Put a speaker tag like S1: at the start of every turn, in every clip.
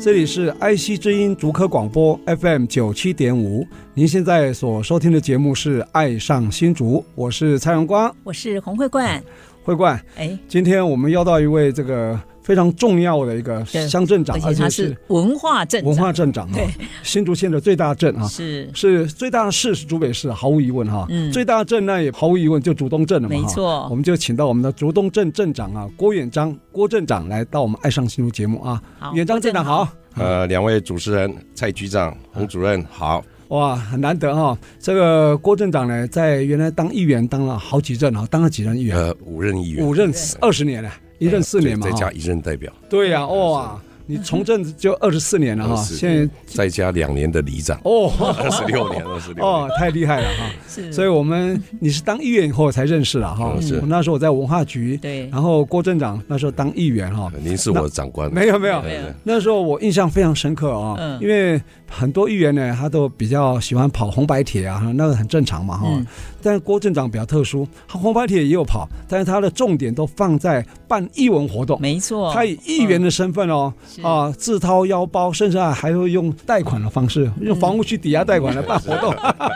S1: 这里是 IC 之音竹科广播 FM 九七点五，您现在所收听的节目是《爱上新竹》，我是蔡荣光，
S2: 我是洪慧冠。
S1: 慧冠，
S2: 哎，
S1: 今天我们邀到一位这个非常重要的一个
S2: 对
S1: 乡镇长
S2: 而，且
S1: 而
S2: 他
S1: 且
S2: 是
S1: 啊是
S2: 文化镇
S1: 文化镇长啊
S2: 对，
S1: 新竹县的最大镇啊
S2: 长，。是
S1: 是最大的市是竹北市，啊毫无疑问哈。
S2: 嗯
S1: 最大的镇那也毫无疑问就竹东镇了嘛。
S2: 没
S1: 哈。
S2: 错
S1: 我。们就请到我们的竹东镇镇长啊，郭远章郭镇长来到我们爱上新竹节目啊。
S2: 好
S1: 远章镇长好。
S3: 呃，两位主持人蔡局长、洪主任好，
S1: 哇，很难得哈、哦这个郭镇长呢，在原来当议员当了好几任啊，当了几任议员，
S3: 呃，五任议员，
S1: 五任二十年了，一任四年嘛
S3: 对嗯再
S1: 哈、
S3: 加一任代表，
S1: 对呀、哇，你从政就二十四年了哈、
S3: 24
S1: 现在，
S3: 再加两年的里长
S1: 哦
S3: 二十六年，二十六
S1: 哦
S3: 年。，
S1: 太厉害了哈、
S2: 是，
S1: 所以我们你是当议员以后才认识了哈、
S3: 嗯是
S1: 我那时候我在文化局，
S2: 对
S1: 然后郭镇长那时候当议员哦哈、
S3: 呃您是我的长官，
S1: 没有没有
S3: 对对
S1: 那时候我印象非常深刻啊、
S2: 嗯
S1: 因为很多议员呢，他都比较喜欢跑红白铁啊，那个很正常嘛哈、
S2: 嗯
S1: 但郭镇长比较特殊，他红白铁也有跑，但是他的重点都放在办义文活动。
S2: 没错，嗯
S1: 他以议员的身份哦，
S2: 是
S1: 啊，自掏腰包，甚至啊还会用贷款的方式，用房屋去抵押贷款来办活 动，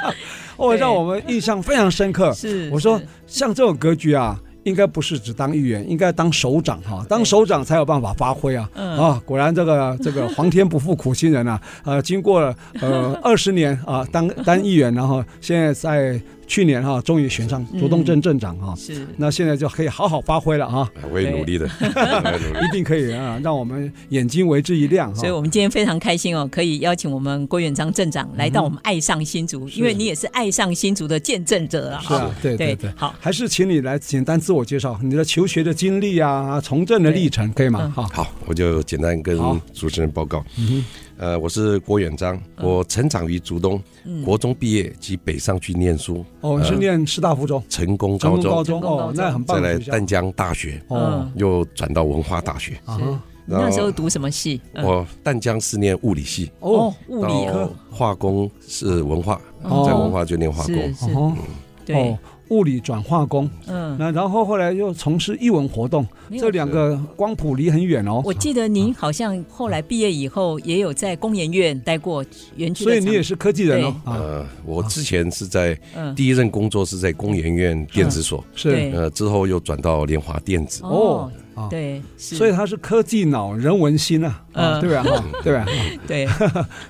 S1: 哦，
S2: 对
S1: 让我们印象非常深刻。
S2: 是
S1: 我说
S2: 是
S1: 像这种格局啊，应该不是只当议员，应该当首长哈、当首长才有办法发挥啊。
S2: 嗯
S1: 啊，果然这个 这个皇天不负苦心人啊，呃，经过了呃二十年啊、当当议员，然后现在在去年哈、终于选上竹东镇镇长哈、
S2: 嗯是
S1: 那现在就可以好好发挥了啊。
S3: 我会努 力的，我会努力
S1: 一定可以啊，让我们眼睛为之一亮
S2: 嗯
S1: 哈
S2: 所以，。我们今天非常开心哦，可以邀请我们郭远章镇长来到我们爱上新竹，因为你也是爱上新竹的见证者啊。
S1: 是啊，对对对
S2: 对，，好，
S1: 还是请你来简单自我介绍你的求学的经历啊，从政的历程，可以吗
S2: 嗯？
S1: 好，
S3: 好，我就简单跟
S1: 好嗯
S3: 主持人报告。呃，我是郭远章，我成长于竹东，国中毕业及北上去念书，
S1: 哦，你是念师大附中、
S3: 成功
S1: 成
S3: 高
S1: 功高中
S3: 中，
S2: 成功高
S1: 哦
S2: 中，
S1: 那很
S3: 再
S1: 棒
S3: 来
S1: 的学校
S3: 淡江大学，
S1: 哦
S3: 又转到文化大学。
S1: 啊哈
S2: 你那时候读什么戏？嗯
S3: 我淡江是念物理系，
S1: 哦，
S2: 物理
S3: 到
S2: 科
S3: 化工是文化，
S1: 哦
S3: 在文化就念化
S2: 是
S3: 工。
S2: 是，
S1: 哦
S2: 对
S1: 哦，，物理转化工，
S2: 嗯。
S1: 那然后后来又从事艺文活动，
S2: 没有
S1: 这两个光谱离很远哦
S2: 我，记得您好像后来毕业以后也有在工研院待过园区的
S1: 所以你也
S2: 厂
S1: 是科技人哦，啊，
S3: 呃，我之前是在
S2: 嗯
S3: 第一任工作是在工研院电子所，
S1: 是
S2: 对
S3: 呃，之后又转到联华电子。
S2: 哦
S1: 哦啊，
S2: 对，是
S1: 所以他是科技脑、人文心啊，啊
S2: 嗯
S1: 对吧？ 哈对吧？啊
S2: 对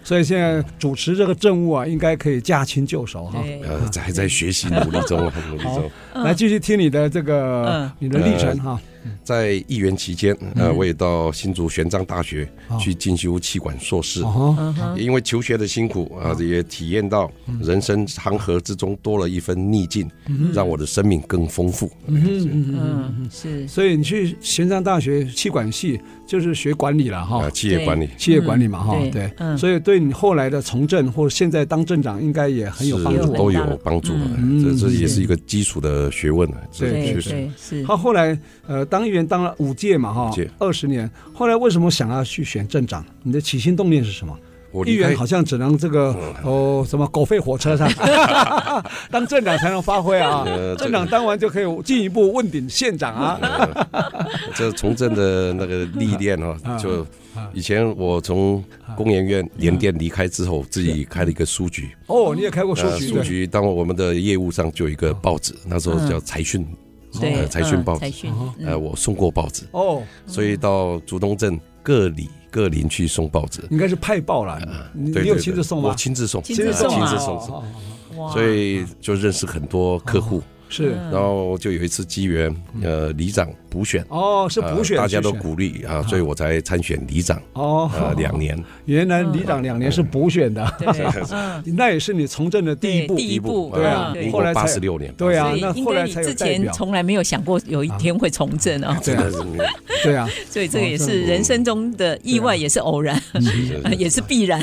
S1: 所以现在主持这个政务啊，应该可以驾轻就熟哈。
S2: 对
S3: 呃，在还在
S2: 嗯
S3: 学习努力 中，很努力中。
S1: 来继续听你的这个
S2: 嗯
S1: 你的历程哈。
S3: 在议员期间，呃，我也到新竹玄奘大学
S1: 哦
S3: 去进修气管硕士。
S1: 哦，
S2: 嗯哼，
S3: 因为求学的辛苦啊，也体验到
S1: 嗯
S3: 人生长河之中多了一分逆境，让我的生命更丰富。
S1: 嗯嗯嗯。
S2: 嗯是
S1: 所以你去玄奘大学气管系就是学管理了
S3: 啊
S2: 哦
S1: 哈，，
S3: 企业管理
S1: 企业管理嘛哈
S2: 嗯，对
S1: 对
S2: 嗯，
S1: 所以对你后来的从政或现在当镇长应该也很有
S3: 是
S1: 帮
S2: 有
S1: 助。嗯
S3: 都有帮助的。这这也是一个基础的学问啊，这
S1: 对
S2: 对
S3: 确实
S2: 对是
S1: 他后来呃当议员当了五届嘛哈
S3: 五届，
S1: 二十年。后来为什么想要去选镇长？你的起心动念是什么？
S3: 我
S1: 议
S3: 离开嗯
S1: 员好像只能这个哦什么狗吠火车 上，当镇长才能发挥啊
S3: 呃。这嗯
S1: 镇长当完就可以进一步问鼎县长啊。
S3: 这从政的那个历练哦，
S1: 啊
S3: 就以前我从工研院联电离开之后，自己开了一个书局，
S1: 哦，你也开过书
S3: 呃
S1: 局
S3: 书
S1: 对。嗯
S3: 局当我们的业务上就有一个报纸，那时候叫财讯，
S2: 对
S3: 呃财讯
S2: 嗯
S3: 报
S2: 财
S3: 纸，
S2: 讯
S3: 呃，我送过报纸，
S1: 哦，
S3: 所以到竹东镇各里各邻去送报纸。
S1: 应该是派报了。你
S3: 对
S1: 你有
S3: 嗯对
S1: 亲
S3: 对
S1: 自送
S3: 我
S1: 吗？
S3: 亲自送，
S2: 亲
S1: 自
S3: 呃
S1: 送啊
S3: 亲自送。
S1: 哦哦哦
S4: 哇
S3: 所以就认识很多客户。
S1: 是
S4: 嗯
S3: 然后就有一次机缘，呃，里长补选，
S1: 哦，是
S3: 呃
S1: 补选，
S3: 大家
S1: 是
S3: 都
S1: 选
S3: 鼓励啊，所以我才参选里长，
S1: 哦，
S3: 呃，两年。
S1: 原来里长两年是补选的，
S4: 对，嗯，
S1: 那也是你从政的第一步。
S4: 对第一步
S1: 对啊
S3: 呃
S1: 对
S3: 民
S1: 后
S3: 国
S1: 来才
S3: 八十六年，
S1: 对啊
S4: 所以
S1: 那
S4: 应
S1: 后
S4: 该
S1: 来
S4: 你
S1: 才有
S4: 之
S1: 代
S4: 前
S1: 表
S4: 从来没有想过有一天会从政啊，
S3: 真 的是没有
S1: 对啊，
S4: 所以这个也
S1: 哦
S4: 是人生中的意外，也是偶然，
S3: 是是
S4: 也是必然。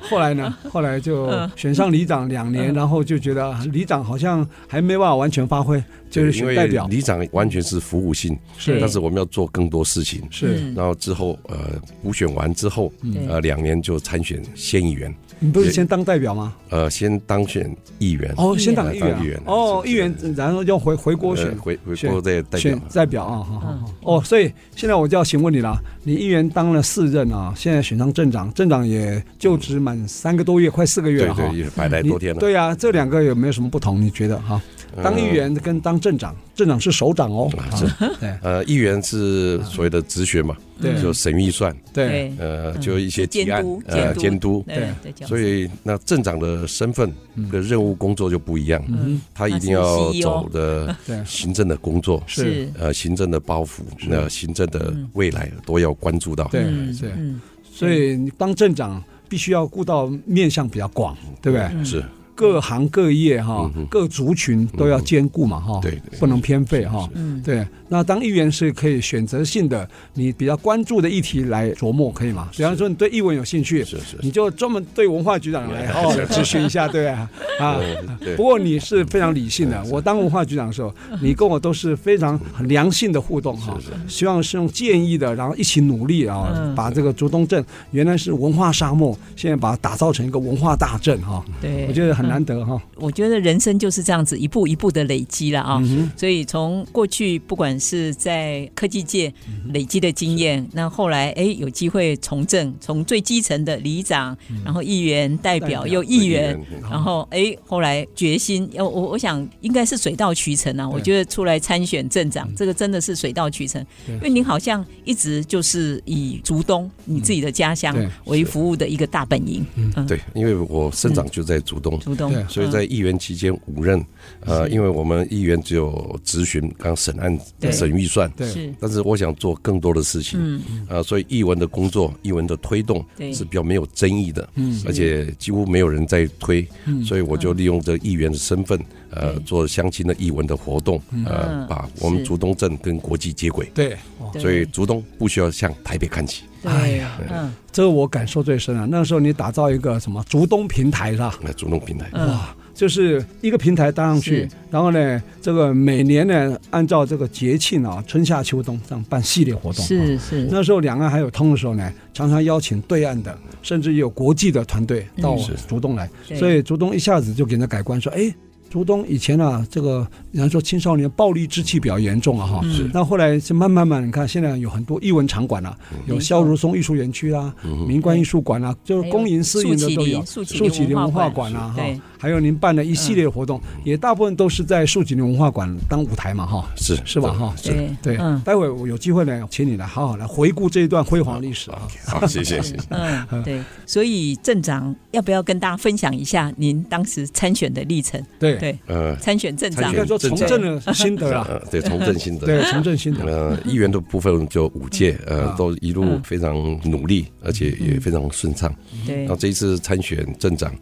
S1: 后来呢？
S4: 嗯
S1: 后来就选上里长两年，然后就觉得啊里长好像还没办法完全发挥，就是
S3: 因
S1: 选
S3: 为
S1: 代表。
S3: 里长完全是服务性，
S1: 是
S3: 但是我们要做更多事情。
S1: 是，
S4: 嗯
S3: 然后之后，呃，补选完之后，呃，两年就参选县议员，
S1: 你不是先当代表吗？
S3: 呃，先当选议员，
S1: 哦，先当议
S3: 当议
S1: 员
S3: 员
S1: 啊。哦，
S3: 是
S1: 议员，然后要回回国
S3: 呃
S1: 选。
S3: 回回
S1: 选
S3: 国再代表
S1: 选，代表啊，好
S4: 嗯
S1: 好好哦，所以现在我就要询问你了，你议员当了四任啊，现在选上镇长，镇长也就职满三个多月，快四个月
S3: 对
S1: 了哈。
S3: 对，也百来
S1: 你
S3: 多天了。嗯
S1: 对呀、这两个有没有什么不同？你觉得哈？当议员跟当镇长，镇长是首长哦，
S3: 啊
S1: 啊
S3: 是
S1: 对
S3: 呃，议员是所谓的直选嘛，
S1: 对
S3: 就审预算，
S1: 对，
S3: 呃，就一些提
S4: 嗯监
S3: 案
S4: 督，
S3: 呃，监督。
S4: 对对，这样
S3: 所以，那镇长的身份的任务工作就不一样，
S1: 嗯
S3: 他一定要
S4: 他是 CEO
S3: 走的
S1: 对
S3: 行政的工作，
S1: 是
S4: 是，
S3: 呃，行政的包袱，那行政的未来都要关注到。
S1: 对
S4: 嗯
S1: 对，
S4: 嗯，
S1: 所以你当镇长必须要顾到面向比较广，对不对？
S4: 嗯
S3: 是，
S1: 各行各业
S3: 嗯
S1: 哈，各族群都要兼顾嘛哈，
S3: 对对
S1: 不能偏废哈。
S4: 嗯
S1: 对，那当议员是可以选择性的，你比较关注的议题来琢磨，可以吗？比方说你对译文有兴趣，
S3: 是是
S1: 你就专门对文化局长 来好好的咨询一下，对啊，啊，
S3: 嗯对
S1: 不过你是非常理性的。我当文化局长的时候，你跟我都是非常很良性的互动哈，希望是用建议的，然后一起努力啊
S4: 嗯，
S1: 把这个竹东镇原来是文化沙漠，现在把它打造成一个文化大镇哈，
S4: 对，嗯
S1: 我觉得很难得哈。
S4: 我觉得人生就是这样子一步一步的累积了啊。所以从过去不管是在科技界累积的经验，那后来哎有机会从政，从最基层的里长，然后议员嗯代
S1: 代表
S4: 表又议员
S3: 议员，
S4: 然后哎后来决心，要我我想应该是水到渠成啊。我觉得出来参选镇长，这个真的是水到渠成，
S1: 对
S4: 因为您好像一直就是以竹东你自己的家乡
S1: 对
S4: 为服务的一个大本营，
S3: 对，因为我生长就在竹东，
S4: 竹东
S1: 对，
S3: 所以在议员期间五任，呃，因为我们议员只有咨询、刚审案、
S4: 对
S3: 审预算，
S1: 对
S4: 嗯是
S3: 但是我想做更多的事情，
S4: 嗯
S3: 呃，所以译文的工作、译文的推动
S4: 对
S3: 是比较没有争议的，
S1: 嗯
S3: 而且几乎没有人在推，所以我就利用这议员的身份，呃，
S4: 嗯对
S3: 做相亲的译文的活动，呃
S4: 嗯，
S3: 把我们
S4: 是
S3: 竹东镇跟国际接轨，
S1: 对，哦
S4: 对
S3: 所以竹东不需要向台北看齐，
S4: 对，
S1: 哎呀
S4: 嗯。
S1: 这个我感受最深啊。那时候你打造一个什么竹东平台是吧？
S3: 那竹东平台，
S4: 嗯
S1: 哇，就是一个平台搭上去
S4: 是，
S1: 然后呢，这个每年呢，按照这个节庆啊，春夏秋冬这样办系列活动。啊。
S4: 是是，
S1: 那时候两岸还有通的时候呢，常常邀请对岸的，甚至有国际的团队到
S3: 嗯是
S1: 竹东来，
S4: 对
S1: 所以竹东一下子就给人家改观，说，哎，竹东以前啊，这个人家说青少年暴力之气比较严重啊，哈、
S4: 嗯是
S1: 那后来是慢慢慢，你看现在有很多艺文场馆啊，
S4: 嗯
S1: 有萧如松艺术园区啊，民观艺术馆啊，
S4: 哎
S1: 就是公营私营的都有，
S4: 树
S1: 树
S4: 麒
S1: 麒
S4: 麟
S1: 麟
S4: 文
S1: 文
S4: 化
S1: 化
S4: 馆
S1: 馆啊，哈
S4: 对，
S1: 还有您办的一系列活动，也大部分都是在树麒麟文化馆当舞台嘛，哈，
S3: 是
S1: 是吧，哈？
S3: 是。
S1: 对，
S4: 嗯
S1: 待会我有机会呢，请你来好好来回顾这一段辉煌历史啊。
S3: 好，谢谢，谢谢。
S4: 嗯，对，所以镇长要不要跟大家分享一下您当时参选的历程？
S1: 对，
S4: 对，
S3: 呃，
S4: 参选镇长
S1: 应该说从政的心得啊，
S3: 呃对，从政心得。
S1: 对，从政心得，
S3: 呃，议员的部分就五届，
S4: 嗯
S3: 呃，都一路非常努力，而且也非常顺畅。
S4: 对
S3: 然后这一次参选镇长，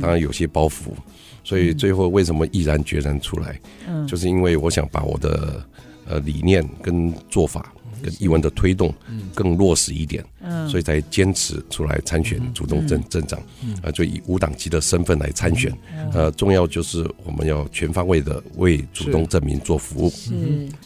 S3: 当然有些包袱，所以最后为什么毅然决然出来，就是因为我想把我的呃理念跟做法。跟议文的推动更落实一点，所以才坚持出来参选主动镇镇长，啊，就以无党籍的身份来参选。呃，重要就是我们要全方位的为主动证明做服务，
S4: 是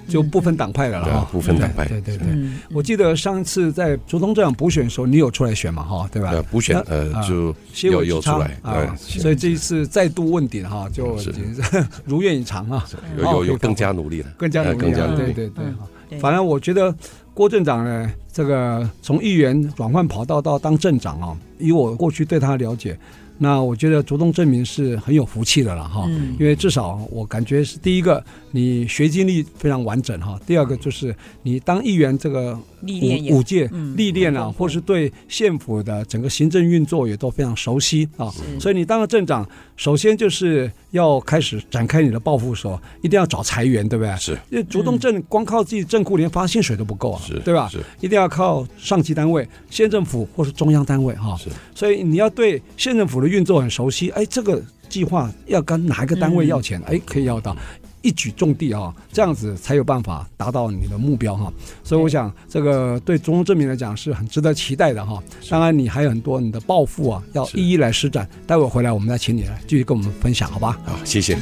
S1: 就不分党派了
S3: 对
S1: 了
S3: 啊
S1: 哈，
S3: 不分党派
S1: 对对对，对我记得上次在竹东镇长补选的时候，你有出来选嘛，哈，对吧
S3: 呃，？补选呃
S1: 啊
S3: 就
S1: 些
S3: 有
S1: 微之
S3: 有出
S1: 差
S3: 来，
S1: 啊，
S3: 对
S1: 所以这一次再度问鼎哈，就已
S3: 是
S1: 经 如愿以偿啊，
S3: 有
S1: 哦
S3: 有
S1: 可以
S3: 有更
S1: 发挥
S3: 加努力了，
S1: 更加
S3: 呃
S1: 努
S3: 更
S1: 力
S3: 加
S1: 啊，
S3: 努
S1: 对
S3: 力。
S1: 对对
S4: 嗯
S1: 哈
S4: 对
S1: 反正我觉得郭镇长呢，这个从议员转换跑道到当镇长啊，以我过去对他的了解，那我觉得主动证明是很有福气的了哈。
S4: 嗯
S1: 因为至少我感觉是第一个，你学经历非常完整哈；第二个就是你当议员这个
S4: 历练
S1: 五
S4: 也
S1: 五届
S4: 嗯
S1: 历练啊，
S4: 很丰富
S1: 或是对县府的整个行政运作也都非常熟悉啊。所以你当了镇长，首先就是要开始展开你的抱负的时候，一定要找财源，对不对？
S3: 是
S1: 因为竹东
S4: 嗯
S1: 镇光靠自己镇库连发薪水都不够啊
S3: 是，，
S1: 对吧？
S3: 是
S1: 一定要靠上级单位、县政府或是中央单位哈、
S3: 是
S1: 所以你要对县政府的运作很熟悉。哎，这个计划要跟哪一个单位要钱？哎，可以要到。一举中地啊，这样子才有办法达到你的目标哈、所以我想，这个对中央证明来讲是很值得期待的哈、当然，你还有很多你的抱负啊，要
S3: 是
S1: 一一来施展。待会儿回来我们再请你来继续跟我们分享，好吧？
S3: 好，谢谢。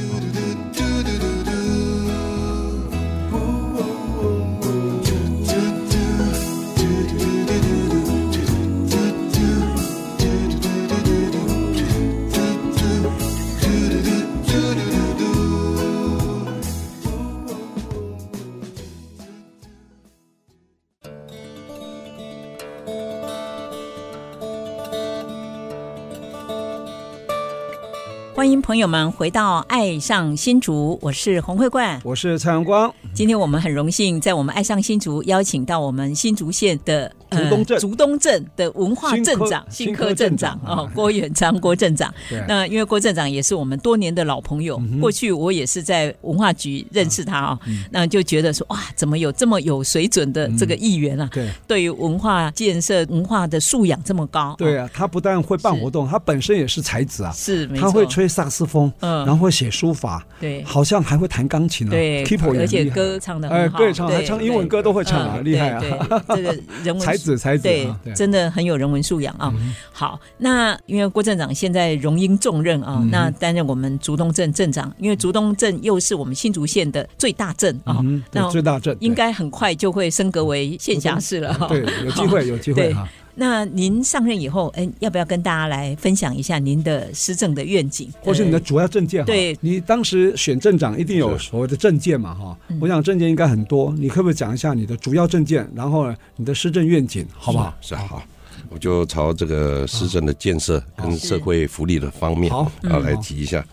S4: 欢迎朋友们回到《爱上新竹》，我是洪慧冠。
S1: 我是蔡阳光，
S4: 今天我们很荣幸，在我们《爱上新竹》邀请到我们新竹县的呃
S1: 竹东镇
S4: 竹东镇的文化镇长、
S1: 新科
S4: 新
S1: 新
S4: 科镇长
S1: 科镇长
S4: 哦
S1: 啊，
S4: 郭远昌郭镇长。
S1: 对，嗯
S4: 那因为郭镇长也是我们多年的老朋友，过去我也是在文化局认识他哦，那就觉得说哇，怎么有这么有水准的这个议员啊？
S1: 对。
S4: 对于文化建设、文化的素养这么高，
S1: 对
S4: 哦，
S1: 啊，他不但会办活动，他本身也是才子啊，
S4: 是没错，
S1: 他会，吹萨克斯风，
S4: 嗯
S1: 然后会写书法，
S4: 对
S1: 好像还会弹钢琴啊
S4: 对
S1: k e y b o a r
S4: 而
S1: d 也
S4: 且
S1: 很厉害
S4: 歌唱的
S1: 哎，
S4: 很好，
S1: 对，唱还
S4: 对
S1: 唱英文歌都会唱啊，
S4: 嗯
S1: 厉害啊！
S4: 对 对这个人文
S1: 才子才子
S4: 对
S1: 啊，对，嗯
S4: 真的很有人文素养啊。好，那因为郭镇长现在荣膺重任啊，
S1: 嗯
S4: 那担任我们竹东镇镇长，因为竹东镇又是我们新竹县的最大镇啊，
S1: 嗯，对
S4: 那
S1: 最大镇
S4: 应该很快就会升格为县辖市了哈、
S1: 对，对有机 会有机会
S4: 对
S1: 哈。
S4: 那您上任以后，哎，要不要跟大家来分享一下您的施政的愿景，
S1: 或是你的主要证件哈，
S4: 对
S1: 你当时选镇长一定有
S3: 是
S1: 所谓的证件嘛哈，
S4: 嗯
S1: 我想证件应该很多，你可不可以讲一下你的主要证件，然后呢你的施政愿景，好不好？
S3: 是啊，好，我就朝这个市政的建设跟社会福利的方面
S1: 好嗯
S3: 啊来提一下。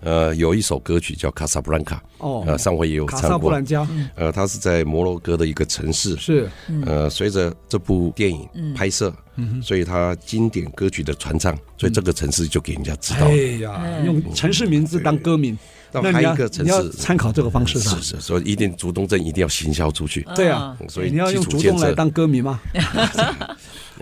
S3: 呃，有一首歌曲叫《卡萨布兰卡》，呃，
S1: 哦，
S3: 上回也有
S1: 卡萨
S3: 唱
S1: 布
S3: 过
S1: 兰。加
S3: 呃，它是在摩洛哥的一个城市。
S1: 是嗯
S3: 呃，随着这部电影拍摄，所以它经典歌曲的传唱，所以这个城市就给人家知道
S1: 哎
S3: 了。
S1: 呀，
S4: 嗯
S1: 用城市名字当歌名，
S3: 那
S1: 那
S3: 还
S1: 你
S3: 有
S1: 要
S3: 嗯一个城
S1: 你要
S3: 市
S1: 参考这个方式
S3: 是
S1: 吧？
S3: 是，所以一定竹东镇一定要行销出去。
S1: 对啊，
S3: 所以
S1: 你要用
S3: 基础
S1: 竹
S3: 建
S1: 东来
S3: 设
S1: 当歌名 吗？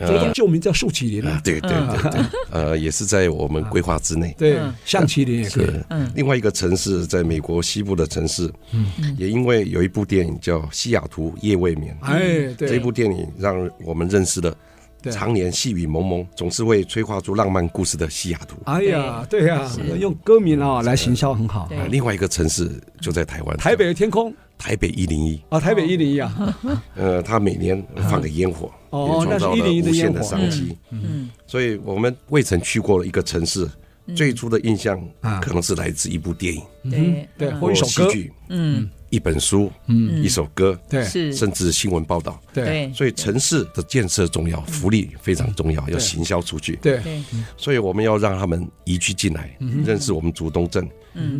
S1: 竹东旧名叫树麒麟
S3: 啊
S1: 啊，，
S3: 对对对对，呃，也是在我们规划之内。
S1: 对
S4: 嗯，
S1: 象棋麟也可以。
S3: 是，另外一个城市在美国西部的城市，
S1: 嗯
S3: 也因为有一部电影叫《西雅图夜未眠》，
S1: 哎，对，
S3: 这部电影让我们认识了
S1: 对
S3: 常年细雨蒙蒙，总是会催化出浪漫故事的西雅图。
S1: 哎呀，对呀，用歌名啊来行销很好。
S4: 对
S3: 啊另外一个城市就在台湾，
S1: 台北的天空
S3: 台北一零一，
S1: 啊，台北一零一啊，
S3: 呃，它每年放个烟火，
S1: 哦
S3: 也创造
S1: 那是
S3: 了
S1: 101的
S3: 无限
S1: 烟
S3: 的
S1: 火
S3: 商机。
S4: 嗯，
S3: 所以我们未曾去过的一个城市，最初的印象
S1: 嗯啊
S3: 可能是来自一部电影、
S4: 对
S1: 对
S4: 嗯
S1: 或一首
S3: 戏
S1: 歌嗯
S3: 剧、
S4: 嗯，
S3: 一本书、一首歌，
S1: 对
S4: 是
S3: 甚至新闻报道。
S1: 对嗯
S4: 对
S3: 所以城市的建设重要，福利非常重要，要行销出去。
S1: 对嗯
S4: 对
S3: 所以我们要让他们移居进来，认识我们竹东镇。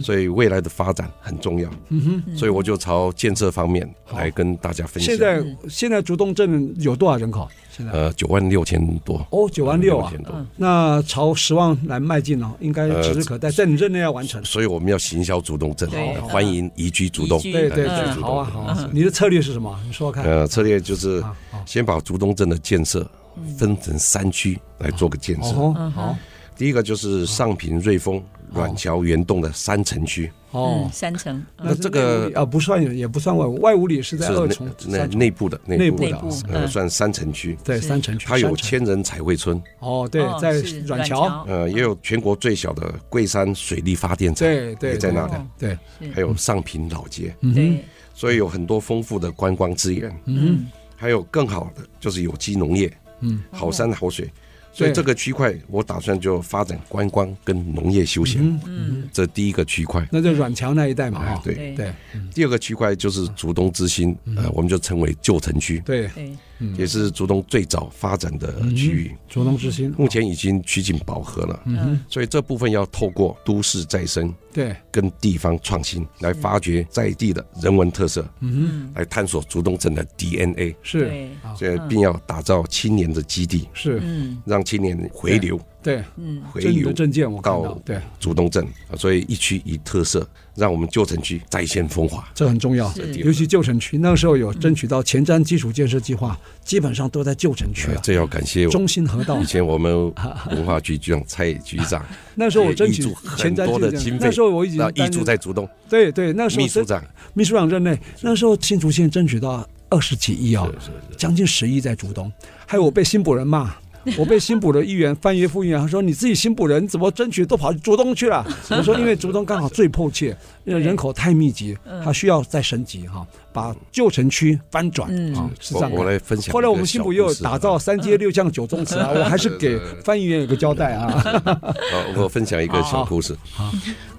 S3: 所以未来的发展很重要。
S1: 嗯
S3: 所以我就朝建设方面来跟大家分享。
S1: 现在现在竹东镇有多少人口？现在
S3: 呃，九万六千多，
S1: 哦，九万六啊
S3: 96,000。多。
S1: 那朝十万来迈进哦，应该指日可待，在你任内要完成。
S3: 所以我们要行销竹东镇，
S4: 对
S3: 呃欢迎移居竹东。
S4: 移居
S1: 对对
S3: 呃
S1: 对
S3: 移居，竹
S1: 好啊
S3: 东。
S1: 好啊。你的策略是什么？你说说看。
S3: 呃，策略就是
S1: 啊好嗯
S3: 先把竹东镇的建设分成三区来做个建设。
S1: 哦好
S3: 第一个
S1: 嗯
S3: 就是上平、瑞丰、软桥、圆洞的三城区，
S1: 哦
S4: 嗯，，三成
S3: 那这个
S1: 啊不算也不算外五，外五里是在
S3: 是
S1: 二重
S3: 内内
S1: 三重
S3: 内部的
S1: 内部
S3: 部
S1: 的
S3: 的
S1: 啊，
S4: 内部
S3: 呃，
S4: 嗯
S3: 算三城区。
S1: 对三城区。
S3: 它有
S1: 三城
S3: 千人彩绘村，
S1: 哦，对
S4: 哦，
S1: 在
S4: 是
S1: 软桥，嗯
S3: 呃，也有全国最小的桂山水利发电厂，
S1: 对对
S3: 也在那
S1: 对
S3: 里，
S1: 对，
S4: 嗯
S1: 嗯
S3: 还有上平老街，
S4: 对，
S3: 所以有很多丰富的观光资源。
S4: 嗯，
S3: 还有更好的就是有机农业，
S1: 嗯，
S3: 好山好水，所以这个区块我打算就发展观光跟农业休闲，嗯，这第一个区块。
S1: 那就软桥那一带嘛，
S3: 哎
S1: 哈，
S3: 对，
S4: 对
S1: 对
S3: 第二个区块就是竹东之星，呃，我们就称为旧城区，
S1: 嗯对，嗯
S4: 对，
S3: 也是竹东最早发展的区域，
S1: 竹东之星，
S3: 目前已经趋近饱和了，
S4: 嗯
S3: 所以这部分要透过都市再生
S1: 对，
S3: 跟地方创新来发掘在地的人文特色，
S1: 嗯，
S3: 来探索竹东镇的 DNA，
S1: 是
S4: 对，
S3: 所以并要打造青年的基地，
S1: 是，
S4: 嗯
S3: 让让青年回流
S1: 对，
S4: 嗯，
S3: 回
S1: 这是你
S3: 流
S1: 的证件我看到
S3: 到，
S1: 对，
S3: 竹东镇，啊所以一区一特色，让我们旧城区再现风华。
S1: 这很重要。
S4: 是嗯
S3: 第二
S1: 尤其旧城区，那个时候有争取到前瞻基础建设计划，基本上都在旧城区
S3: 呃
S1: 啊，
S3: 这要感谢我
S1: 中心河道
S3: 以。前我们文化局局长蔡局长，
S1: 那时候我争
S3: 也挹
S1: 取
S3: 注很
S1: 前瞻
S3: 多的
S1: 基础建设
S3: 经费
S1: 那时候我已经
S3: 那
S1: 担
S3: 一
S1: 任
S3: 住在竹东，
S1: 对对，那时候
S3: 秘书
S1: 真
S3: 长
S1: 秘书长任内，那时候新竹县争取到二十几亿啊、
S3: 是是
S1: 将近十亿在竹东，还有我被新埔人 骂。我被新埔的议员翻译副议员，他说：“你自己新埔人怎么争取都跑去竹东去了？”我说：“因为竹东刚好最迫切，因为人口太密集，它需要再升级哈，把旧城区翻转
S4: 嗯
S1: 啊，是这
S3: 我
S1: 样
S3: 我
S1: 的。
S3: 来分享一个小故事好了。啊
S1: 后来我们新埔又打造三街六巷九中祠 啊，我还是给翻译员有个交代啊。
S3: 好，我分享一个小故事。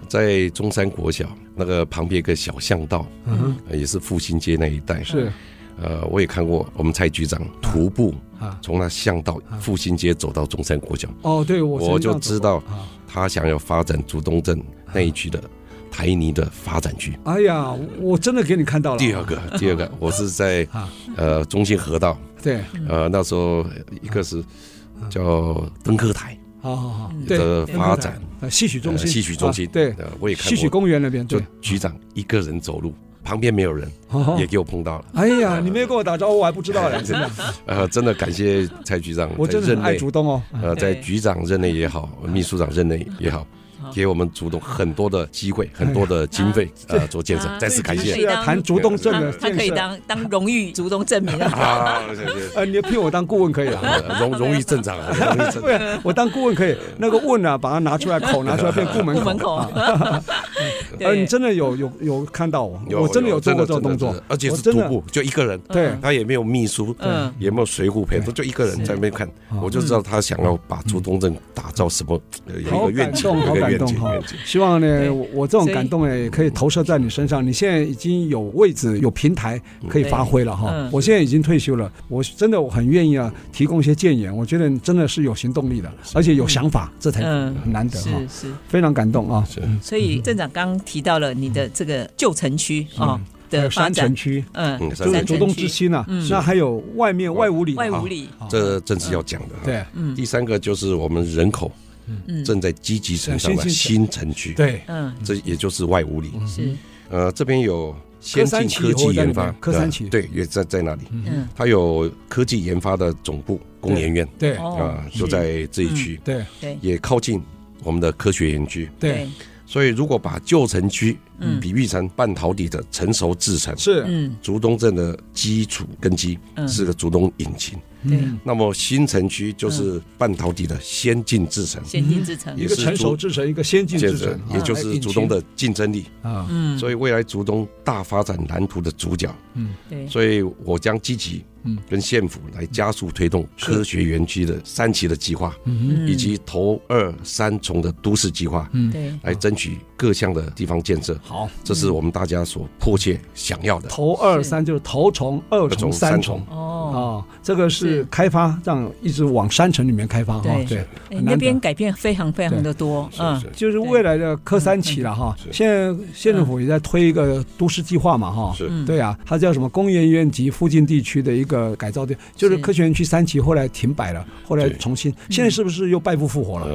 S3: 在中山国小那个旁边一个小巷道，呃也是复兴街那一带。
S1: 嗯是，
S3: 呃，我也看过我们蔡局长徒步
S1: 啊
S3: 从那巷道复兴街走到中山国小，
S1: 哦，对，我
S3: 我
S1: 曾经这
S3: 就
S1: 样
S3: 知
S1: 走过
S3: 道
S1: 啊。
S3: 他想要发展竹东镇那一区的台泥的发展区。
S1: 哎呀，我真的给你看到了。
S3: 第二个， 第二个，我是在
S1: 啊嗯
S3: 呃中心河道，
S1: 对，
S3: 呃那时候一个是
S1: 嗯
S3: 叫登科台
S1: 好好好，
S4: 嗯
S1: 对，
S3: 的发展，
S1: 呃，戏曲中
S3: 呃
S1: 心，
S3: 戏曲中心
S1: 啊，对，
S3: 呃我也看
S1: 戏曲
S3: 过，
S1: 公园那边，
S3: 就
S1: 对，
S3: 局长一个人走路，旁边没有人，
S1: 哦
S3: 也给我碰到了。
S1: 哎呀，你没有跟我打招呼，我还不知道嘞，真的，
S3: 呃， 真的感谢蔡局长，
S1: 我真的很
S3: 在任
S1: 爱
S3: 内，
S1: 竹嗯东哦。
S3: 呃，在
S4: 对
S3: 局长任内也好，秘书长任内也好。给我们主动很多的机会，
S1: 哎
S3: 很多的经费，呃，做建设，再次感
S1: 这
S3: 谢
S1: 啊是要谈竹东镇的
S4: 他
S1: 建
S4: 啊可以
S1: 设，
S4: 当当荣誉竹东证 明啊。
S3: 啊，谢谢
S1: 呃，你聘我当顾问可以了。
S3: 呃荣荣誉镇长，荣誉镇 长。
S1: 对，啊我当顾问可以，那个问啊，把它拿出来，口拿出来 变顾门
S4: 部门
S1: 口。
S4: 口，
S1: 呃，你
S4: 对，
S1: 真的有有有看到我，我真的有做过这种动作
S3: 真的真的，而且
S1: 我
S3: 是
S1: 真
S3: 徒
S1: 的
S3: 步，就一个人，
S1: 对
S3: 他也没有秘书，
S4: 嗯
S3: 也没有随护陪同，就一个人在那边看，
S1: 哦
S3: 我就知道他想要把竹东镇打造什么，呃有一
S1: 好
S3: 个
S1: 感
S3: 愿景，
S1: 动，嗯
S3: 有
S1: 好
S3: 一个
S1: 感
S3: 愿
S1: 动
S3: 景，
S1: 哈
S3: 愿景！。
S1: 希望
S4: 对
S1: 呢，我我这种
S4: 所以
S1: 感动呢，也可以投射在你身上。你现在已经有位置、有平台可以发挥了
S4: 对
S1: 哈
S4: 嗯。
S1: 我现在已经退休了，我真的我很愿意啊，提供一些建言。我觉得你真的是有行动力的，而且有想法，这才
S4: 嗯
S1: 很难得哈。
S4: 是是，
S1: 非常感动啊！
S3: 是
S4: 所以镇长刚刚提到了你的这个旧城区啊的
S1: 嗯
S4: 发
S1: 山
S4: 展
S1: 城，区
S4: 嗯
S3: 嗯，山
S1: 就是
S3: 城
S1: 竹
S3: 区
S1: 东之心啊，那还有外面外五里啊，
S4: 外五里，
S3: 这正是要讲的哈。
S1: 对
S3: 第三个就是我们人口
S4: 嗯
S3: 正在积极成长的
S1: 嗯
S3: 新城区，，
S1: 对，嗯
S4: 嗯
S3: 这也就是外五里，
S4: 是，
S3: 呃，这边有先进科技研发，
S1: 科三期以后在那边科三期
S3: 呃对，也在在那里，
S4: 嗯
S3: 它有科技研发的总部工研院
S1: 对
S3: 啊
S4: 哦，，嗯
S3: 就
S1: 嗯
S3: 在这一区，
S1: 对
S4: 对
S3: 也靠近我们的科学园区，
S1: 对，，
S3: 所以如果把旧城区
S4: 嗯
S3: 比喻成半导体的成熟制程，
S1: 是，
S4: 嗯
S3: 竹东镇的基础根基
S4: 嗯
S3: 是个竹东引擎，
S4: 对，
S1: 嗯
S3: 那么新城区就是半导体的先进制程，
S4: 先进之城
S1: 一
S3: 也
S1: 个
S3: 是
S1: 成熟
S3: 竹
S1: 制成一个先进制啊成，
S3: 也就是竹东的竞争力，
S1: 啊，
S4: 嗯，
S3: 所以未来竹东大发展蓝图的主角，
S4: 对，
S3: 所以我将积极
S1: 嗯
S3: 跟县府来加速推动科学园区的三期的计划，
S4: 嗯
S3: 以及头二三重的都市计划，
S1: 嗯
S4: 对，嗯
S3: 来争取各项的地方建设。
S1: 好，
S3: 这是我们大家所迫切想要的。
S1: 头二三就是头虫、二虫、三虫。啊、
S4: 哦，
S1: 这个是
S4: 是
S1: 开发，让一直往山城里面开发哈、
S4: 对
S1: 对，
S4: 哎
S1: 很难
S4: 那
S1: 得
S4: 边改变非常非常的多，嗯
S3: 是
S1: 就是未来的科三期了哈、
S3: 是
S1: 现在县政府也在推一个都市计划嘛哈、
S3: 是
S4: 嗯，
S1: 对啊，它叫什么工研院及附近地区的一个改造地，就是
S4: 是
S1: 科学园区三期后来停摆了，后来
S3: 对
S1: 重新，现在是不是又败部复活了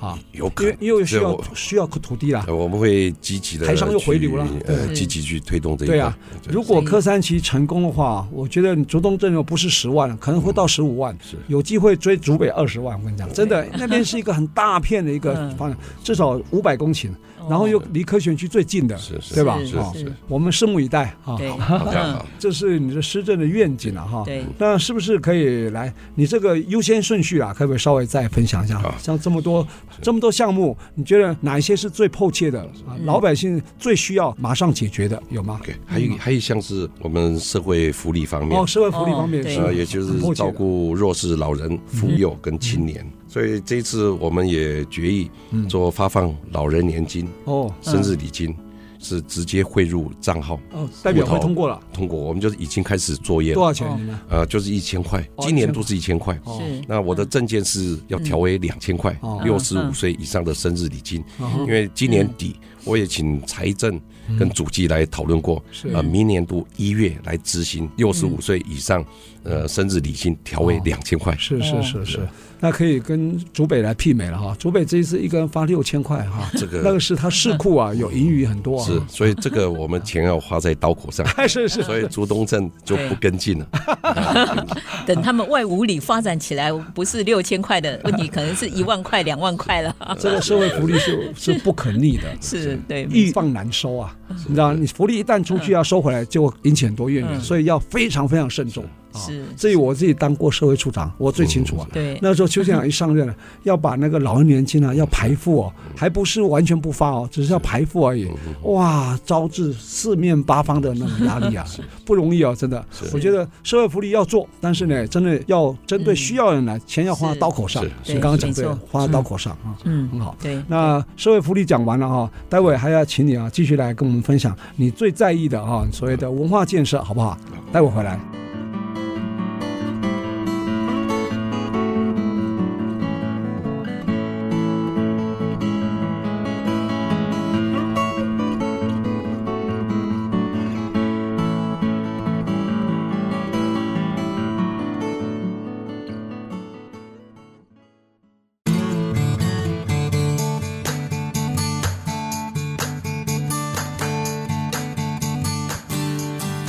S3: 呃，
S1: 啊？
S3: 有可
S1: 因为
S3: 能，
S1: 又需
S3: 这
S1: 要
S3: 我
S1: 需要土地啦。
S3: 呃我们会积极的
S1: 台商又回流了
S3: 呃，
S4: 对
S3: 积极去推动这一
S1: 对
S3: 块
S1: 啊。如果科三期成功的话，我觉得你竹东镇又不是十万，可能会到十五万，
S3: 是
S1: 有机会追竹北二十万。我跟你讲，真的，那边是一个很大片的一个
S4: 嗯哦
S1: 方向，至少五百公顷，然后又离科学园区最近的，
S3: 是是
S1: 对吧？
S4: 是
S1: 哦
S4: 是
S1: 我们拭目以待啊！
S4: 对，
S3: 好好
S4: 嗯
S3: 好，
S1: 这是你的施政的愿景了哈。
S4: 对，
S1: 那是不是可以来？你这个优先顺序啊，可不可以稍微再分享一下
S3: 好？
S1: 像这么多这么多项目，你觉得哪一些是最迫切的啊？老百姓最需要马上解决的有吗？
S3: OK，还有还有像是我们社会福利方面
S1: 嗯哦，，社会福利方面
S4: 哦对
S1: 是
S3: 呃，也就是
S1: 很迫切
S3: 照
S1: 的嗯
S3: 顾弱势老人、妇幼跟青年。所以这一次我们也决议
S1: 嗯
S3: 做发放老人年
S4: 嗯
S3: 金、
S1: 哦
S3: 生日礼金，是直接汇入账号
S1: 哦，代表会通过了，
S3: 通过。我们就是已经开始作业
S1: 多
S3: 了，
S1: 少
S4: 哦
S1: 钱你们？
S3: 呃，就是一千块，
S1: 啊哦
S3: 今年度是一千块。
S1: 哦
S4: 是，
S3: 那我的证件是要调为两千块
S1: 哦，
S3: 六十五岁以上的生日礼金
S1: 嗯，
S3: 因为今年底我也请财政跟主计来讨论过，
S1: 是
S3: 啊，明年度一月来执行六十五岁以上呃生日礼金调
S1: 嗯
S3: 为
S1: 哦
S3: 两千块，
S1: 是
S4: 哦
S1: 是
S3: 嗯
S1: 是是，那可以跟竹北来媲美了哈。竹北这一次一个人发六千块哈，
S3: 这个
S1: 那个是他市库啊，有盈余很多啊。，
S3: 是，所以这个我们钱要花在刀口上
S1: 哎 是是，
S3: 所以竹东镇就不跟进了。
S4: 等他们外五里发展起来，不是六千块的问题，可能是一万块、两万 块了。
S1: 这个社会福利 是是不可逆的。
S4: 是对，
S1: 一放难收啊，你知道，你福利一旦出去要收回来，就会引起很多怨言，
S4: 嗯
S1: 所以要非常非常慎重。啊
S4: 是
S1: 这我自己当过社会处长，我最清
S3: 嗯
S1: 楚啊。
S4: 对
S1: 那时候邱县长一上任了，要把那个老人年金啊，要排付哦，还不是完全不发哦，只是要排付而已。哇，招致四面八方的那种压力啊，不容易哦，真的。我觉得社会福利要做，但是呢，真的要针对需要的人来，钱要花
S4: 是
S1: 刀口上
S3: 是。
S1: 你
S4: 对
S1: 刚刚讲
S4: 没
S1: 对了
S4: 错，
S1: 花刀口上啊，
S4: 嗯
S1: 很好。
S4: 对，
S1: 那社会福利讲完了哈、啊待会还要请你啊，继续来跟我们分享你最在意的啊，所谓的文化建设，好不好？待会回来。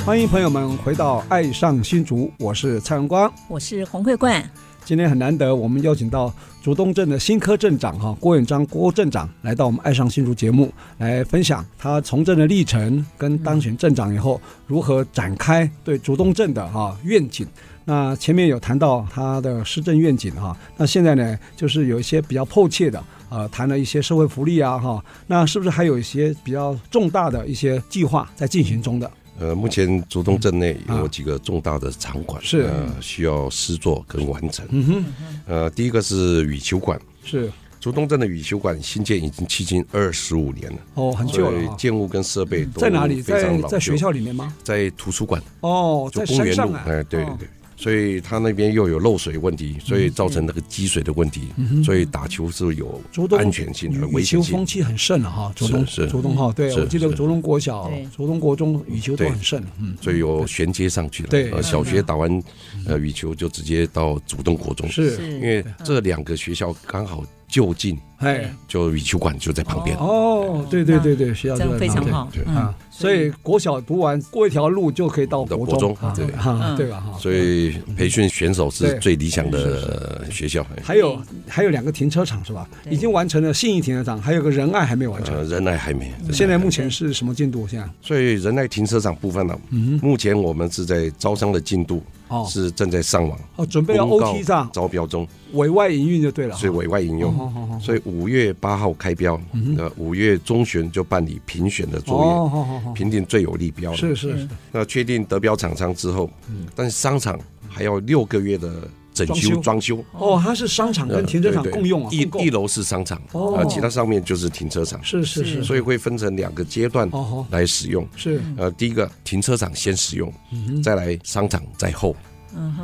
S1: 欢迎朋友们回到《爱上新竹》，我是蔡荣光。
S4: 我是洪慧冠，
S1: 今天很难得，我们邀请到竹东镇的新科镇长哈郭远章郭镇长来到我们《爱上新竹》节目来分享他从政的历程，跟当选镇长以后如何展开对竹东镇的哈愿景。那前面有谈到他的施政愿景哈，那现在呢，就是有一些比较迫切的，呃，谈了一些社会福利啊哈，那是不是还有一些比较重大的一些计划在进行中的？
S3: 呃，目前竹东镇内
S1: 啊
S3: 有几个重大的场馆
S1: 是
S3: 呃需要施作跟完成。
S1: 嗯哼，
S3: 呃，第一个是羽球馆，
S1: 是
S3: 竹东镇的羽球馆新建已经迄今二十五年了，
S1: 哦，很旧
S3: 所
S1: 了
S3: 以
S1: 哈、
S3: 建物跟设备都
S1: 在哪里？
S3: 非常
S1: 在
S3: 老旧
S1: 在学校里面吗？
S3: 在图书馆，
S1: 哦，
S3: 就
S1: 在
S3: 公
S1: 山
S3: 园
S1: 上
S3: 路，
S1: 啊。
S3: 哎，对
S1: 哦
S3: 对对。所以它那边又有漏水问题，所以造成那个积水的问
S1: 嗯
S3: 题，所以打球是有
S1: 竹东
S3: 安全性和
S1: 羽
S3: 危
S1: 羽
S3: 险
S1: 球
S3: 性
S1: 风。气很盛啊，哈，竹
S3: 是
S1: 东
S3: 是
S1: 竹东哈，对
S3: 是
S1: 我记得
S3: 是
S1: 竹东国小
S4: 对、
S1: 竹东国中羽球都
S3: 对
S1: 很盛，嗯，
S3: 所以有衔接上去了。
S1: 对
S3: 呃，小学打完呃羽球就直接到主动国中，
S1: 是，
S3: 因
S4: 是
S3: 为这两个学校刚好就近，
S1: 哎，
S3: 就羽球馆就在旁边。
S1: 哦，对对对对，学校
S4: 这
S1: 就在
S4: 样非
S1: 那
S4: 常
S1: 对
S4: 好
S3: 对，对
S4: 嗯
S1: 啊，所以国小读完过一条路就可以到
S3: 到
S1: 国
S3: 国
S1: 中
S3: 中
S1: 啊，
S3: 对
S1: 哈
S4: 嗯
S1: 对吧？哈，
S3: 所以培训选手是
S1: 对
S3: 最理想的呃学校。
S1: 还有还有两个停车场是吧？
S4: 对
S1: 已经完成了信义停车场，还有个仁爱还没完
S3: 呃，
S1: 成。
S3: 仁爱还没。仁爱
S1: 现在
S3: 还没
S1: 目前是什么进度？现在
S3: 所以仁爱停车场部分呢，目前我们是在招商的进度
S1: 嗯哦
S3: 是正在上网
S1: 哦，准备要
S3: 公告
S1: OT 上
S3: 招标中，
S1: 委外营运就对了哈，
S3: 所以委外应
S1: 哦哦哦哦
S3: 用。所以五月八号开标，呃，五月中旬就办理评选的作
S1: 哦，好好好
S3: 业，，评定最有利标的。
S1: 是是是，
S3: 那确定得标厂商之后，但是商场还要六个月的整修
S1: 嗯装
S3: 装修，
S1: 哦，它是商场跟停车场
S3: 呃对对
S1: 共用啊，
S3: 一
S1: 共购
S3: 一楼是商场，
S1: 哦
S3: 呃，其他上面就是停车场，
S1: 是是是，
S3: 所以会分成两个阶段
S1: 哦嗯吼
S3: 来使用。
S1: 是，
S3: 呃，第一个停车场先使用，
S1: 嗯
S3: 再来商场在后。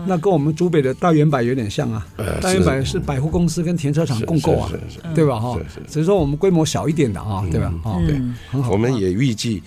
S1: 那跟我们竹北的大圆柏有点像啊
S3: 呃，
S1: 大圆柏是百货公司跟停车场共购啊
S3: 是，是是是
S1: 对吧？哈
S3: 是是，嗯
S1: 只是说我们规模小一点的啊，对吧？哈，
S3: 对，
S1: 很好
S3: 我们也预计。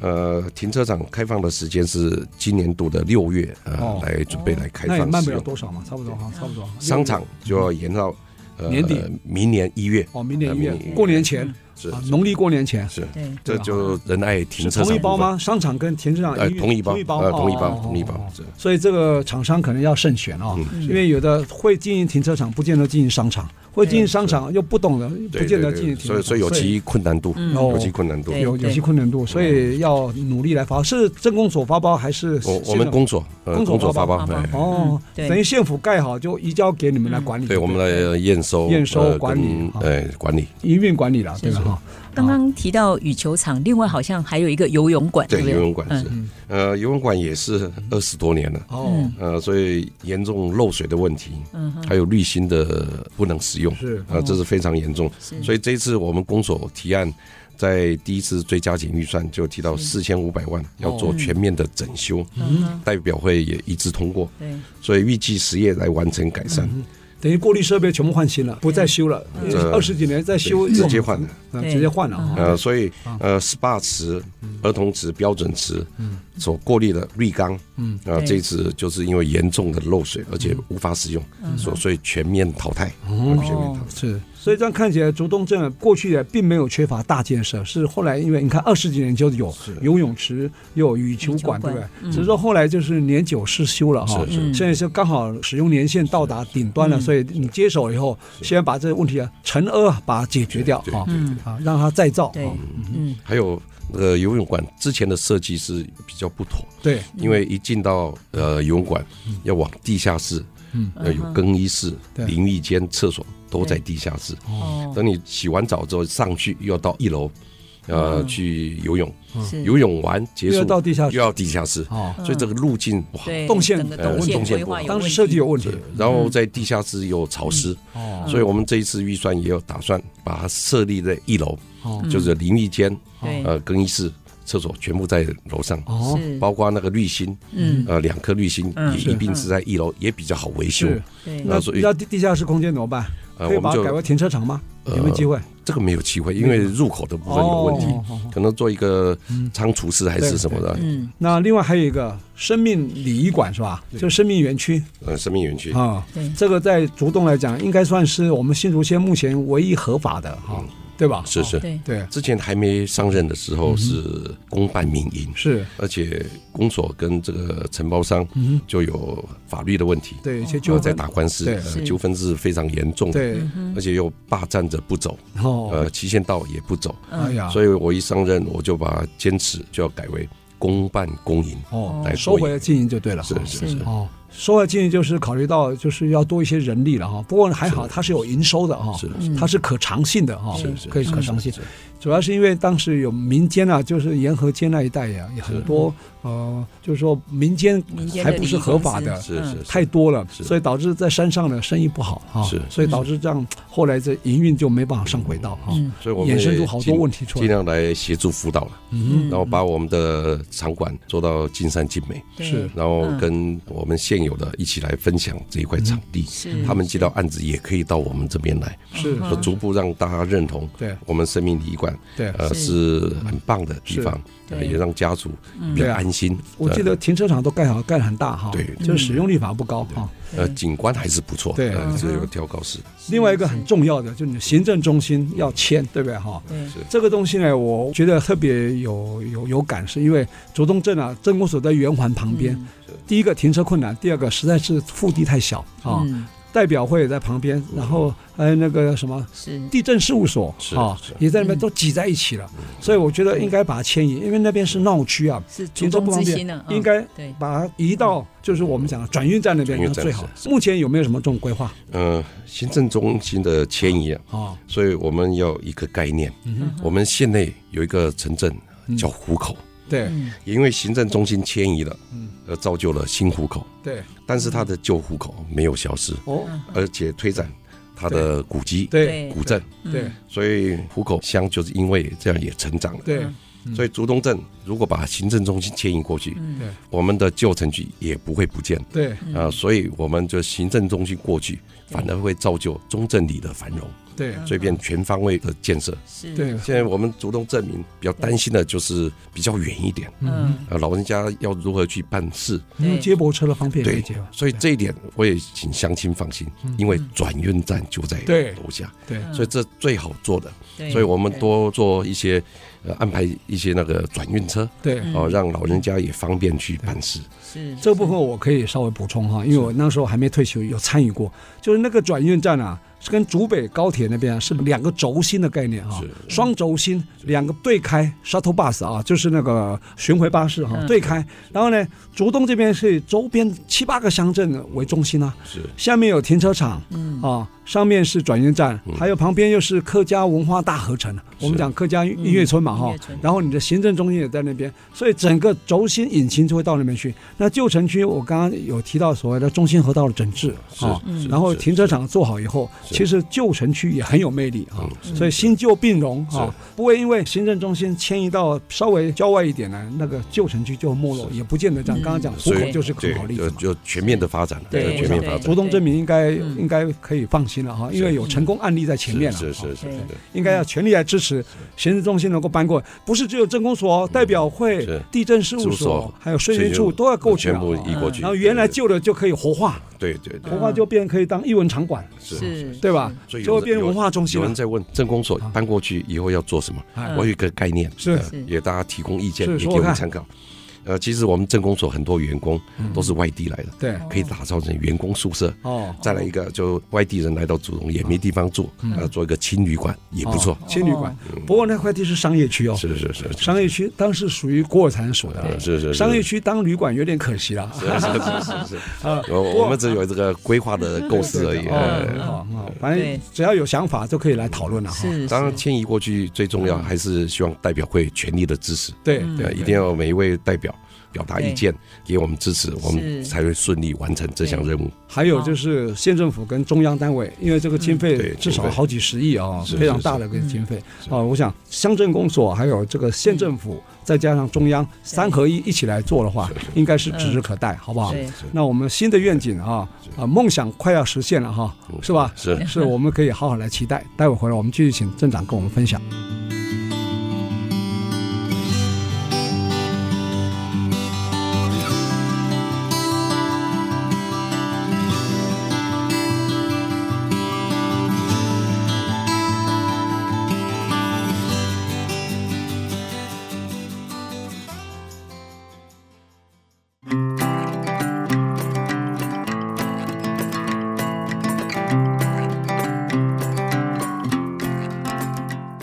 S3: 呃，停车场开放的时间是今年度的六月，呃，
S1: 哦
S3: 来准备来开
S1: 那也
S3: 放
S1: 慢不
S3: 使
S1: 了
S3: 用。
S1: 多少嘛，差不多哈，差不多。
S3: 商场就要延到呃
S1: 年底
S3: 明年一月。嗯
S1: 哦，明年
S3: 呃
S1: 一月过年前
S3: 是
S1: 啊，农历过年前
S3: 是，
S4: 对
S3: 这就仁爱停
S1: 啊是
S3: 车场
S1: 同一包
S3: 部分？
S1: 吗？商场跟停车场
S3: 呃，
S1: 营运
S3: 同一包，
S1: 同一包，
S3: 呃，
S1: 哦
S3: 同一包
S1: 哦，
S3: 同一包
S1: 哦。
S3: 是嗯
S1: 所以这个厂商可能要慎选啊，因为有的会经营停车场，不见得经营商场；会经营商场又不懂得，不
S3: 对
S1: 见
S3: 对
S1: 得经营
S3: 对，
S1: 停车
S3: 所
S1: 场。
S3: 以所以有其困难度，
S4: 嗯
S1: 哦
S3: 有其困难度。
S4: 对
S1: 有有些困难度，所以要努力来发。是政工所发包还是
S3: 嗯我我
S1: 县
S3: 们
S1: 政
S3: 公所，呃，
S1: 公所
S3: 公所
S1: 发包
S3: 发包，
S4: 发包
S3: 哎
S1: 哦，
S4: 嗯对嗯
S1: 等于县府盖好就移交给你们来管理。
S3: 对，我们来验收、
S1: 验收
S3: 呃
S1: 管理
S3: 跟
S1: 好
S3: 哎，管理，
S1: 营运管理了，对吧？
S4: 是
S1: 哈，
S4: 刚刚提到羽球场，另外好像还有一个游泳馆，
S3: 对，
S4: 不啊对？
S3: 游泳馆是
S4: 嗯，
S3: 呃，游泳馆也是二十多年了。
S1: 哦，
S3: 呃，所以严重漏水的问题，
S4: 嗯
S3: 还有滤芯的不能使用，
S1: 是
S3: 呃，这是非常严重。
S4: 哦
S3: 所以这一次我们公所提案，在第一次追加减预算就提到四千五百万要
S4: 哦
S3: 做全面的整修，代表会也一致通过，
S4: 嗯对，
S3: 所以预计十月来完成改善。
S1: 等于过滤设备全部换新了，不再修了，
S3: 这
S1: 二十几年再修
S3: 嗯对直接换的
S1: 啊
S4: 嗯对嗯
S1: 直接换了啊。
S3: 呃，所以呃，SPA 池、儿童池、标准池所过滤的滤缸，嗯，啊，
S4: 对
S3: 这次就是因为严重的漏水，而且无法使用，
S4: 嗯
S3: 所所以全面淘汰，全面淘汰。
S1: 是，所以这样看起来，竹东镇过去也并没有缺乏大建设，是后来因为你看二十几年就有游泳池，又有羽球馆，
S4: 羽球
S1: 对
S4: 馆
S1: 不对？只是说后来就是年久失修了哈，
S3: 是是
S1: 现在是刚好使用年限到达顶
S4: 嗯
S1: 端了，所以你接手以后，先把这个问题啊，陈阿把它解决掉
S3: 对
S1: 哈，啊，让它再造
S4: 对
S1: 哈，
S4: 嗯，
S3: 还有那个游泳馆之前的设计是比较不妥，
S1: 对，
S3: 因为一进到呃游泳馆，要往地下室，
S1: 嗯
S3: 要有更衣室、
S1: 对
S3: 淋浴间、厕所都在地下室。
S4: 哦，
S3: 等你洗完澡之后上去，又要到一楼，呃，去游泳，
S4: 是
S3: 游泳完
S1: 嗯
S3: 结
S1: 又
S3: 束
S1: 要到地下室
S3: 又要地下室，
S1: 哦
S3: 所以这个路径哇，
S4: 对
S1: 动线
S4: 整个
S3: 呃
S4: 动线
S3: 动线
S4: 规划
S3: 不好
S4: 有
S1: 当时
S4: 问
S1: 设计
S4: 题
S1: 有问题
S3: 是，然后在地下室又潮湿，
S1: 哦
S3: 所以我们这一次预算也有打算把它设立在一楼，
S1: 哦
S4: 嗯
S3: 就是淋浴间、
S4: 对
S1: 啊
S3: 呃更衣室、厕所全部在楼上，
S1: 嗯哦，
S4: 是
S3: 包括那个滤芯，
S4: 嗯
S3: 呃，两颗滤芯
S4: 嗯
S3: 也
S1: 是嗯
S3: 一并是在一楼，也比较好维修。
S1: 是。
S4: 对
S1: 那
S3: 那所以
S1: 那地地下室空间怎么办？
S3: 呃
S1: 可以
S3: 我
S1: 把
S3: 们
S1: 它
S3: 就
S1: 改为停车场吗？有没有机会？
S3: 这个没有机会，因为入口的部分有呃问
S1: 嗯哦
S3: 题，可能做一个仓储室还是什么的，
S4: 嗯
S1: 那另外还有一个生命礼仪馆是吧？就生命园区
S3: 呃，生命园区。
S1: 啊
S4: 对，
S1: 这个在竹东来讲，应该算是我们新竹县目前唯一合法的哈，对吧？
S3: 嗯是是，
S4: 哦对
S1: 对，
S3: 之前还没上任的时候是公办民营，
S1: 是，
S3: 而且公所跟这个承包商就有法律的问题，
S1: 嗯对，一
S4: 哦
S1: 些
S3: 就
S1: 纠
S3: 在
S1: 纷，
S3: 打官司，
S1: 对
S3: 呃
S4: 是
S3: 纠纷是非常严重的，
S1: 对，
S3: 而且又霸占着不走，
S4: 哦
S1: 然后
S3: 呃，期限到也不走，
S1: 哦哎
S4: 嗯
S1: 呀，
S3: 所以我一上任我就把坚持就要改为公办公营，
S1: 哦
S3: 来，
S1: 收回来经营就对了，
S3: 是是
S4: 是
S3: 是，
S1: 哦。收回来经营就是考虑到就是要多一些人力了哈，不过还好它是有营收的哈，
S3: 是的
S4: 嗯
S1: 它是可长性的哈，
S3: 是是
S1: 可以可长性
S3: 是。
S1: 主要是因为当时有民间啊，就是沿河街那一带呀、有很多呃，就是说民间
S4: 民间的
S1: 还不是合法的，
S3: 是是
S1: 太多了，
S3: 是
S1: 所以导致在山上呢生意不好哈，
S3: 是
S1: 所以导致这样后来这营运就没办法上轨道哈，
S4: 嗯
S3: 所以我们
S1: 衍生
S3: 也
S1: 出好多
S3: 尽
S1: 问题出来
S3: 尽量来协助辅导了，
S1: 嗯，
S3: 然后把我们的场馆做到尽善尽美，
S4: 对
S1: 是
S3: 然后跟我们现有的一起来分享这一块场
S1: 嗯
S3: 地，
S4: 是
S3: 他们接到案子也可以到我们这边来，
S1: 是
S3: 就逐步让大家认同，
S1: 对
S3: 我们生命旅馆，
S1: 对。
S3: 呃，是很棒的地方，
S4: 是
S3: 呃
S4: 对
S3: 也让家属比
S1: 对
S3: 较
S1: 啊
S3: 安心。
S1: 我记得停车场都盖好，盖得很大哈，
S3: 对
S1: 就是使用率反而不高哈。
S3: 呃，呃景观还是不错，
S1: 对嗯
S3: 呃这有调高式，
S1: 另外一个很重要的就是你行政中心要迁，对不对哈？
S4: 对
S1: 这个东西呢，我觉得特别有有有感，是因为竹东镇啊，镇公所在圆环旁边，
S4: 嗯
S1: 第一个停车困难，第二个实在是腹地太小啊，
S4: 嗯
S1: 代表会也在旁边，然后还有那个什么
S4: 是嗯
S1: 地震事务所
S3: 是
S1: 啊
S3: 是，嗯
S1: 也在那边都挤在一起了，所以我觉得应该把它迁移，因为那边是闹区啊，
S4: 是
S1: 停
S4: 主
S1: 车
S4: 动
S1: 不方
S4: 之
S1: 便
S4: 心呢，，嗯
S1: 应该
S4: 对嗯
S1: 把它移到就是我们讲的转运站那边
S3: 转运
S1: 那
S3: 站
S1: 最好。
S3: 是
S1: 目前有没有什么这种规划
S3: 呃，行政中心的迁移啊，
S1: 啊？嗯
S3: 所以我们要一个概念，
S4: 嗯
S3: 我们县内有一个城镇叫湖口，
S1: 对
S4: 嗯
S3: 也因为行政中心迁移了，而造就了新湖口，
S1: 对
S3: 但是它的旧湖口没有消失，
S1: 哦
S3: 而且推展它的古迹、
S1: 对
S4: 对
S3: 古镇，
S4: 嗯
S1: 对
S3: 所以湖口乡就是因为这样也成长了。
S4: 嗯
S1: 对
S3: 所以竹东镇如果把行政中心迁移过去，
S1: 对
S3: 我们的旧城区也不会不见啊、
S1: 对
S3: 呃所以我们就行政中心过去，反而会造就中正里的繁荣，
S1: 对
S4: 嗯
S3: 所以变全方位的建设。
S4: 是
S1: 对
S3: 现在我们竹东镇民比较担心的就是比较远一点，
S4: 嗯
S3: 呃，老人家要如何去办事？
S1: 你用接驳车的方便可以
S3: 对
S1: 接吧，？
S3: 所以这一点我也请乡亲放心，因为转运站就在
S1: 嗯对嗯
S3: 楼下，
S1: 对
S3: 所以这最好做的。
S4: 对
S3: 所以我们多做一些，呃，安排一些那个转运车，
S1: 对。
S3: 哦，让老人家也方便去办事。
S4: 是
S1: 这个部分我可以稍微补充哈，因为我那时候还没退休，有参与过，就是那个转运站啊，是跟竹北高铁那边啊是两个轴心的概念啊
S3: 是，
S1: 双轴心两个对开 shuttle bus 啊，就是那个巡回巴士哈、
S3: 嗯
S1: 对开，然后呢，竹东这边是以周边七八个乡镇为中心啊，
S3: 是嗯
S1: 下面有停车场，啊，上面是转运站，还有旁边又是客家文化大合成，我们讲客家音乐村嘛
S4: 嗯
S1: 哈
S4: 音乐村，
S1: 然后你的行政中心也在那边，所以整个轴心引擎就会到那边去。那旧城区我刚刚有提到所谓的中心河道的整治啊，然后停车场做好以后，其实旧城区也很有魅力
S3: 嗯
S1: 啊，所以新旧并融啊，不会因为行政中心迁移到稍微郊外一点呢，那个旧城区就没落，也不见得这样。刚刚讲虎
S3: 所
S1: 口
S3: 以
S1: 就是个
S3: 嗯对
S1: 好例子
S3: 就
S1: 嘛。
S3: 就全面的发展了，
S4: 对
S3: 就全面发
S4: 对
S3: 展
S1: 竹，东证明应该
S4: 嗯
S1: 应该可以放心了哈，因为有成功案例在前面了。
S3: 是
S1: 啊
S3: 是是是是
S1: 应该要全力来支
S3: 嗯
S1: 持行政中心能够搬过，不是只有政工所、哦代表会
S3: 是、
S1: 地震事
S3: 事
S1: 务
S3: 务
S1: 所
S3: 所，
S1: 还有税
S3: 所以
S1: 务处
S3: 就
S1: 都要够全
S3: 全部移过去。
S1: 嗯然后原来
S3: 对
S1: 旧的就可以活化，
S3: 对对对嗯
S1: 活化就变可以当艺文场馆，
S4: 是，
S1: 对吧？
S3: 所以
S1: 就
S3: 有
S1: 会
S3: 人
S1: 变
S3: 有
S1: 文化中心
S3: 有
S1: 了
S3: 人。在问政工所
S1: 啊
S3: 搬过去以后要做什么？
S1: 哎
S3: 我有一个概念，
S1: 是
S3: 呃
S4: 是
S3: 也大家提供意见，
S1: 是
S3: 也给
S1: 说
S3: 我
S1: 看
S3: 们参考。呃，其实我们政工所很多员工都是外地来的，
S1: 对，
S3: 可以打造成员工宿舍。
S1: 哦，
S3: 再来一个，就外地人来到主龙也没地方住，呃，做一个青旅馆也不错
S1: 哦。青旅馆。不过那块地是商业区哦，
S3: 是是是，是
S1: 商业区当时属于国有财产所的
S3: 呃，是是是
S1: 商业。区当旅馆有点可惜了。
S3: 是是是是是，我我们只有这个规划的构思而已。呃
S1: 哦，哦反正
S4: 对
S1: 只要有想法都可以来讨论了哈。
S4: 是，嗯
S3: 当然，迁移过去最重要还是希望代表会全力的支持。
S1: 对
S3: 对，一定要每一位代表表达意见，给我们支持，我们
S4: 嗯是
S3: 才会顺利完成这项任务。
S1: 还有就是县政府跟中央单位，因为这个经
S3: 啊嗯
S1: 费
S3: 对
S1: 至少
S3: 经费
S1: 好几十亿啊、
S3: 是
S1: 非常大
S3: 是
S1: 的个经费啊、我想乡镇公所还有这个县政府，再加上中
S3: 嗯
S1: 央三合一一起来做的话，应该是指日可待，好不
S3: 嗯
S1: 好
S4: 对？
S1: 那我们新的愿景啊啊，梦想快要实现了哈、
S3: 嗯
S1: 是吧？
S3: 是
S4: 嗯
S1: 是，我们可以好好来期待。待会回来我们继续请镇长跟我们分享。嗯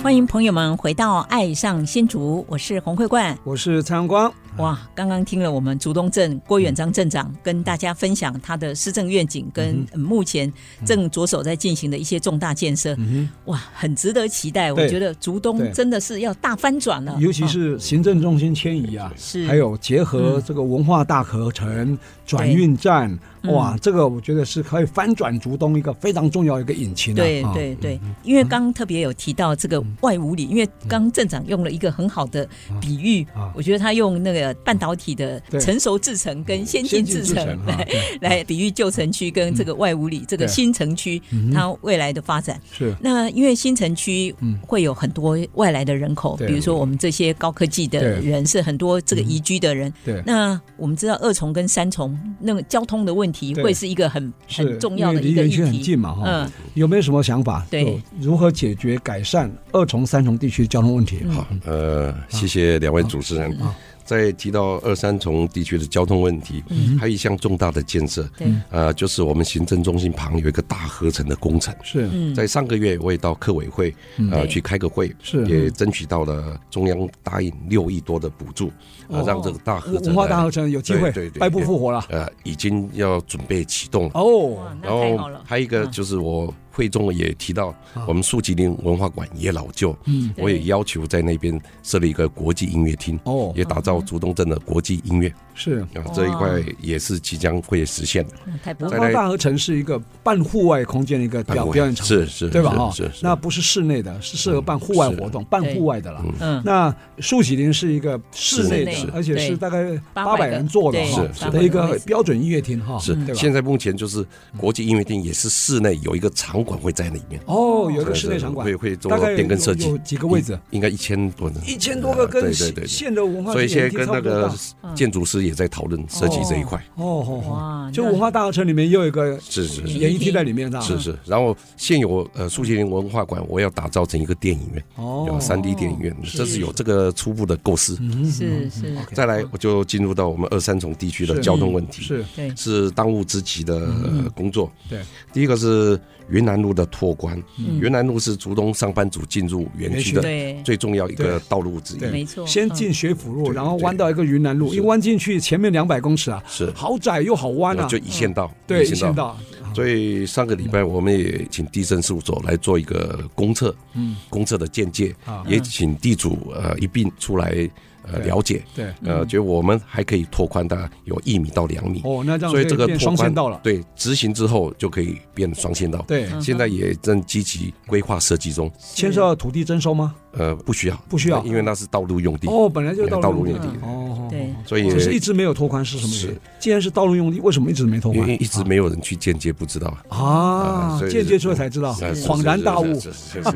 S4: 欢迎朋友们回到《爱上新竹》，我是洪慧冠。
S1: 我是蔡阳光，
S4: 哇，刚刚听了我们竹东镇郭远章镇长跟大家分享他的施政愿景，
S1: 嗯
S4: 跟呃目前正着手在进行的一些重大建设，哇，很值得期待。
S1: 嗯对
S4: 我觉得竹
S1: 对
S4: 东真的是要大翻转了，
S1: 尤其
S4: 哦
S1: 是行政中心迁移啊，
S4: 嗯是
S1: 还有结合这个文化大合成、转运站，
S4: 嗯
S1: 哇，这个我觉得是可以翻转竹东一个非常重要的一个引擎、啊。
S4: 对
S1: 啊
S4: 对对，因为刚刚特别有提到这
S1: 嗯
S4: 个外五里，因为刚刚镇长用了一个很好的比喻
S1: 啊，
S4: 我觉得他用那个半导体的
S1: 对
S4: 成熟制程跟先
S1: 先
S4: 进制
S1: 进
S4: 程
S1: 程啊
S4: 来
S1: 对
S4: 来比喻旧城区跟这个外五里这个
S1: 对嗯
S4: 新城区它未来的发展。
S1: 是嗯
S4: 那因为新城区会有很多外来的人口，
S1: 对
S4: 比如说我们这些高科技的
S1: 对嗯
S4: 人是很多这个移居的人。
S1: 对
S4: 那我们知道二重跟三重那个交通的问题
S1: 对
S4: 会是一个很
S1: 是
S4: 很重要的
S1: 因为
S4: 一
S1: 离
S4: 个
S1: 园
S4: 议
S1: 区很近
S4: 题。
S1: 嘛哈、
S4: 嗯
S1: 有没有什么想法？
S4: 对，
S1: 如何解决改善二重、三重地区交通问题？
S4: 嗯
S3: 好，呃，
S1: 嗯
S3: 谢谢两位主持人。在提到二三重地区的交通问题，还有一项重大的建设，
S4: 嗯对，
S3: 呃，就是我们行政中心旁有一个大合成的工程。
S1: 是
S4: 嗯
S3: 在上个月，我也到客委会呃
S4: 对
S3: 去开个会，
S1: 是
S3: 也争取到了中央答应六亿多的补助，啊
S1: 哦，
S3: 让这个大合
S1: 文文
S3: 成
S1: 化大合
S3: 呢
S1: 成有机会
S3: 对对对
S1: 败部复活了。
S3: 呃已经要准备启动了。
S1: 哦
S4: 哇，那
S3: 然
S4: 太
S3: 后
S4: 好了。
S3: 还有一个
S4: 嗯
S3: 就是我会中也提到，
S1: 嗯
S3: 我们树吉林文化馆也老旧，嗯，我也要求在那边设立一个国际音乐厅，
S1: 哦
S3: 也打造竹东镇的国际音乐
S1: 是
S3: 啊，这一块也是即将会实现的。
S4: 嗯太棒
S1: 文
S4: 了！
S3: 再
S1: 化
S3: 来
S1: 大合成是一个半户外空间的一个
S3: 办
S1: 表
S3: 公
S1: 表演场所
S3: 是是，
S1: 对吧？哈
S3: 是是，是
S1: 那不是室内的，是适合办户外活动、办户外的了。
S4: 嗯，
S1: 那树喜林是一个室内
S4: 室内
S1: 的
S4: 的，
S1: 而且是
S4: 对
S1: 大概八
S4: 800
S1: 百人坐的
S4: 对
S1: 哈
S3: 是是
S1: 的一
S4: 800
S1: 个
S4: 位置
S1: 标准音乐厅哈，
S3: 是
S1: 嗯对吧
S3: 现？在目前就是国际音乐厅也是室内有一个场馆会在里面，
S1: 哦，有一个室内场馆，
S3: 会会做
S1: 大概有
S3: 变更设计
S1: 有有几个位置？
S3: 应该一千多人，
S1: 一千多个
S3: 呃
S1: 跟
S3: 对对对对
S1: 县的文化
S3: 所以现在
S1: 园
S3: 跟
S1: 厅差
S3: 那
S1: 不多嗯
S3: 个
S1: 大。
S3: 建筑师也在讨论设计这一块，
S1: 哦哦哦
S4: 哇，
S1: 就
S4: 啊那
S1: 文化大合成里面又有一个
S3: 是是是
S1: 演艺厅在里面，
S3: 是
S1: 是吧
S3: 是。然后现有呃苏麒麟文化馆，我要打造成一个电影院，有
S1: 哦，嗯
S3: 三 D 电影院，这是有这个初步的构思。
S4: 是是，
S3: 再来，我就进入到我们二三重地区的交通问题，
S1: 是哎嗯
S4: 对，
S3: 是当务之急的呃工作。
S1: 对，
S3: 第一个是云南路的拓宽，
S4: 嗯
S3: 云南路是竹东上班族进入园区
S1: 园区
S3: 的
S4: 对，
S3: 最重要一个道路之一。
S1: 对
S4: 没错，
S1: 先
S4: 嗯
S1: 进学府路，
S3: 对
S1: 然后
S3: 对
S1: 弯到一个云南路，
S3: 是
S1: 一弯进去前面两百公尺啊，
S3: 是
S1: 好窄又好弯
S3: 然
S1: 啊
S3: 后就，一线道，
S1: 对，一
S3: 线
S1: 线道，哈。
S3: 所以上个礼拜我们也请地震事务所来做一个公测，
S1: 嗯，
S3: 公测的见解
S1: 啊，
S3: 也请地主呃一并出来呃
S1: 对
S3: 了解，
S1: 对，
S3: 呃，觉得我们还可以拓宽它有一米到两米，
S1: 哦，那这样
S3: 所以这个
S1: 变
S3: 拓
S1: 双
S3: 宽
S1: 线道了，
S3: 对，执行之后就可以变双线道。
S1: 对，
S3: 现在也正积极规划设计中，
S1: 牵涉到土地征收吗？
S3: 呃，不需要，
S1: 不需要
S3: 因为那是道路用地，
S1: 哦，本来就是
S3: 道路
S1: 路
S3: 用
S1: 地
S3: 地，
S1: 哦哦，哦
S4: 对，
S3: 所以
S1: 只是一直没有拓宽是什么原因
S3: 是？
S1: 既然是道路用地，为什么一直没拓
S3: 因
S1: 宽
S3: 为？一直没有人去间接，不知道啊。
S1: 啊
S3: 啊，所以
S1: 间接出来才知道，
S3: 是是
S1: 恍然大悟。
S3: 是是是是是是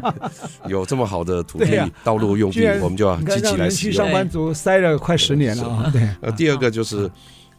S3: 有这么好的土
S1: 对
S3: 地
S1: 呀
S3: 道路用
S1: 居
S3: 地
S1: 然，
S3: 我们就要
S1: 你
S3: 积
S1: 看，
S3: 极
S1: 让
S3: 来
S1: 园
S3: 使
S1: 区
S3: 用
S1: 上。班族塞了快十年了啊！对，
S3: 呃，第二个就是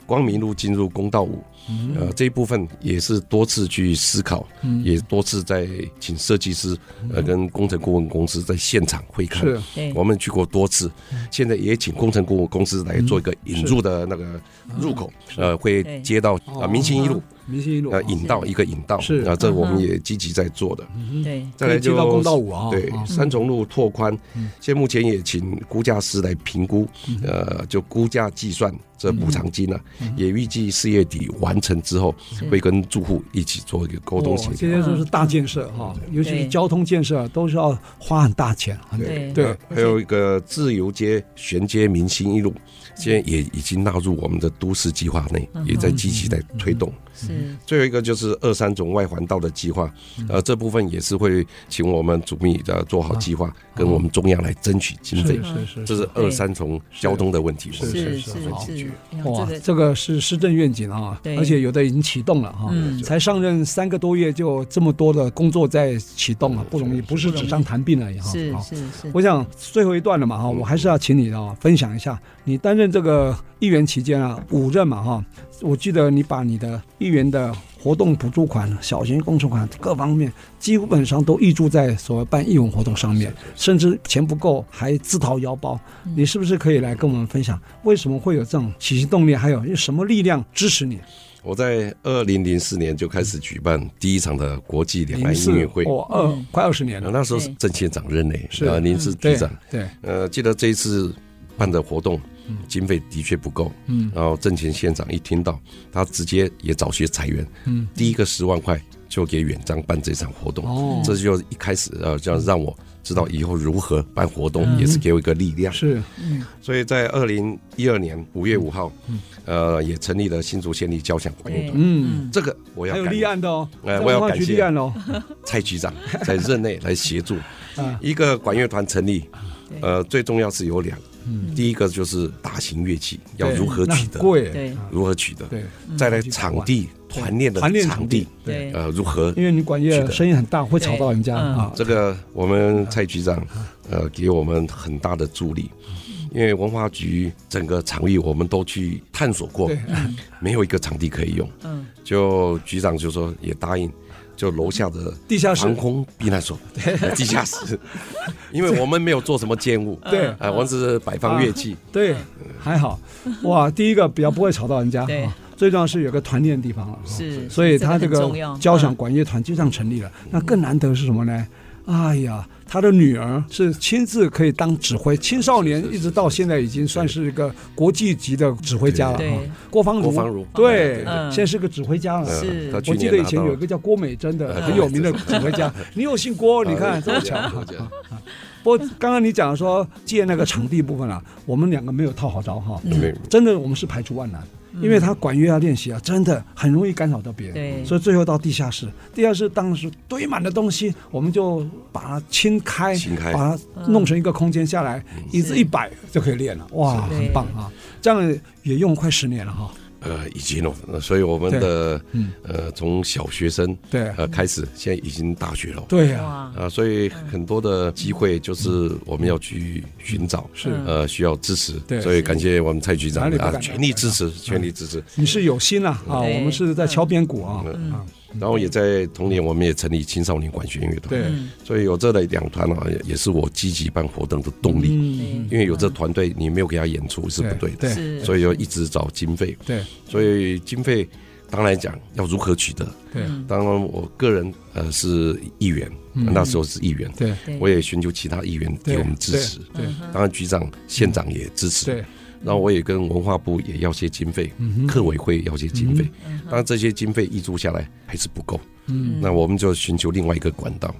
S3: 光明路进入公道五，
S1: 嗯
S3: 呃，这一部分也是多次去思考，也多次在请设计师呃跟工程顾问公司在现场会看。
S1: 嗯是嗯
S4: 对
S3: 我们去过多次，现在也请工程顾问公司来做一个引入的那个入口，呃，会
S4: 对
S3: 接到
S1: 哦
S3: 啊明星一路
S1: 明星一路啊
S3: 呃引道一个引道
S1: 是
S3: 啊，这我们
S4: 嗯哼
S3: 也积极在做的。
S4: 对
S3: 再来
S1: 可以
S3: 就
S1: 接到公道五啊
S3: 对
S1: 啊，嗯
S3: 三重路拓宽，现目前也请估价师来评估，呃，就估价计算这补偿金呢，
S1: 嗯
S3: 也预计四月底完成之后，会跟住户一起做一个沟通协
S1: 哦这
S3: 调。
S1: 些都是大建设哈，尤其是交通建设都是要花很大钱。很
S4: 对
S1: 对，
S3: 呃还有一个自由街、玄街、明星一路，现在也已经纳入我们的都市计划内，
S1: 嗯
S3: 也在积极在推动。
S4: 是
S3: 最后一个就是二三种外环道的计划，
S1: 嗯
S3: 呃，这部分也是会请我们主秘呃做好计划，跟我们中央来争取经费
S1: 啊是。是是，
S3: 这是二三重交通的问题，我
S1: 嗯
S3: 们
S1: 是
S4: 是
S1: 是
S4: 是
S1: 好
S4: 是，哎呀
S1: 哇
S4: 这，个
S1: 这个是施政愿景啊，
S4: 对
S1: 而且有的已经启动了哈，
S4: 嗯
S1: 才上任三个多月就这么多的工作在启动啊了，不容易，不嗯是纸上谈兵而已哈。
S4: 是
S1: 好
S4: 是是，
S1: 我想最后一段了嘛哈，我还是要请你啊分享一下，你担任这个议员期间啊，五任嘛哈，我记得你把你的议员的活动补助款、小型工程款各方面，基本上都挹注在所谓办义文活动上面，甚至钱不够还自掏腰包。
S4: 嗯
S1: 你是不是可以来跟我们分享，为什么会有这种起心动念，还有什么力量支持你？
S3: 我在二零零四年就开始举办第一场的国际两岸
S1: 零四
S3: 音乐会，
S1: 我二
S4: 嗯
S1: 快二十年
S3: 呃
S1: 了，
S3: 那时候是郑县长任内，
S1: 哦是嗯
S3: 呃您是局
S1: 对
S3: 长，
S1: 对，
S3: 呃，记得这一次办的活动，经费的确不够，
S1: 嗯
S3: 然后郑前县长一听到，他直接也找些裁员，
S1: 嗯，
S3: 第一个十万块就给远章办这场活动，
S1: 哦
S3: 这就一开始呃，这样让我知道以后如何办活动，
S1: 嗯
S3: 也是给我一个力量。
S1: 是
S3: 所以在二零一二年五月五号，呃，也成立了新竹县立交响管乐
S4: 对
S3: 团。
S1: 嗯，
S3: 这个我要
S1: 还有
S3: 感
S1: 立案的哦，
S3: 哎我要
S1: 彰化
S3: 感
S1: 局
S3: 谢
S1: 立案哦喽，
S3: 蔡局长在任内来协助
S1: 啊
S3: 一个管乐团成立，
S4: 对
S3: 呃，最重要是有两，第一个就是大型乐器要
S1: 嗯对
S3: 如何取
S1: 那
S3: 得
S1: 很，嗯贵，
S4: 对
S3: 如何取得，
S1: 对，
S3: 再来场地团练的
S1: 团练
S3: 场地，
S4: 对
S1: 嗯
S3: 呃，如何
S1: 因为你管乐
S3: 是的
S1: 声音很大，会吵到人家
S4: 对嗯
S1: 啊。
S3: 这个我们蔡局长呃给我们很大的助力，因为文化局整个场域我们都去探索过
S1: 对，
S3: 没有一个场地可以用，
S4: 嗯
S3: 就局长就说也答应，就楼下的
S1: 地下室
S3: 航空避难所、呃地下 室，因为我们没有做什么建物，
S1: 对
S3: 啊，我们只是摆放乐器，
S1: 对，还好，哇，第一个比较不会吵到人家，
S4: 嗯对
S1: 啊最重要是有个团练的地方了，啊
S4: 是，
S1: 所以他这
S4: 这
S1: 个
S4: 很重要嗯
S1: 交响管乐团就这样成立了。那更难得是什么呢？哎呀，他的女儿是亲自可以当指挥，青少年一直到现在已经算是一个国际级的指挥家了
S4: 对
S1: 啊。郭芳
S3: 郭芳
S1: 如
S3: 如，
S1: 对，
S4: 嗯
S1: 现在是个指挥家了。
S3: 呃
S4: 是
S3: 他去
S1: 我记得
S3: 年
S1: 以
S3: 拿
S1: 前
S3: 到
S1: 有一个叫郭美珍的
S3: 呃啊
S1: 很有名的指挥 家，你有姓郭，你看这么巧。
S3: 多奖
S1: 不过刚刚你讲说借那个场地部分啊，
S4: 嗯
S1: 我们两个没有套好招哈，
S3: 没有
S1: 真的我们是排除万难，因为他管乐要练习啊，真的很容易干扰到别人，
S4: 对
S1: 所以最后到地下室，地下室当时堆满了东西，我们就把它清开，
S3: 清开嗯
S1: 把它弄成一个空间下来，椅子一摆就可以练了，哇，
S4: 嗯是
S1: 很棒啊！这样也用快十年了哈，
S3: 呃，已经了，呃所以我们的
S1: 嗯
S3: 呃，从小学生
S1: 对嗯
S3: 呃开始，现在已经大学了。
S1: 对呀、
S4: 哇，
S3: 啊，所以很多的机会就是我们要去寻找，
S1: 嗯是
S3: 呃，需要支持
S1: 对，
S3: 所以感谢我们蔡局
S1: 哪
S3: 长
S1: 里不
S3: 啊，
S1: 敢嗯
S3: 全力支持，全力支持。
S1: 你是有心了啊，
S4: 对
S1: 我们是在敲边鼓啊，
S3: 嗯
S1: 啊
S3: 然后也在同年，我们也成立青少年管弦乐团，
S1: 对，
S3: 所以有这类两团啊，也也是我积极办活动的动力。
S1: 嗯，
S3: 因为有这团队，你没有给他演出是不对的，
S1: 对
S4: 是
S3: 所以要一直找经费。
S1: 对
S3: 所以经费当然讲要如何取得，
S1: 对
S4: 嗯
S3: 当然我个人呃是议员，那时候是议员，
S1: 嗯对
S4: 对
S3: 我也寻求其他议员
S1: 对
S3: 给我们支持。
S1: 对嗯
S4: 嗯
S3: 当然局长、县长也支持。
S1: 对，
S3: 然后我也跟文化部也要些经费，
S1: 嗯哼，
S3: 客委会要些经费，当然这些经费挹注下来还是不够，
S1: 嗯
S3: 那我们就寻求另外一个管道，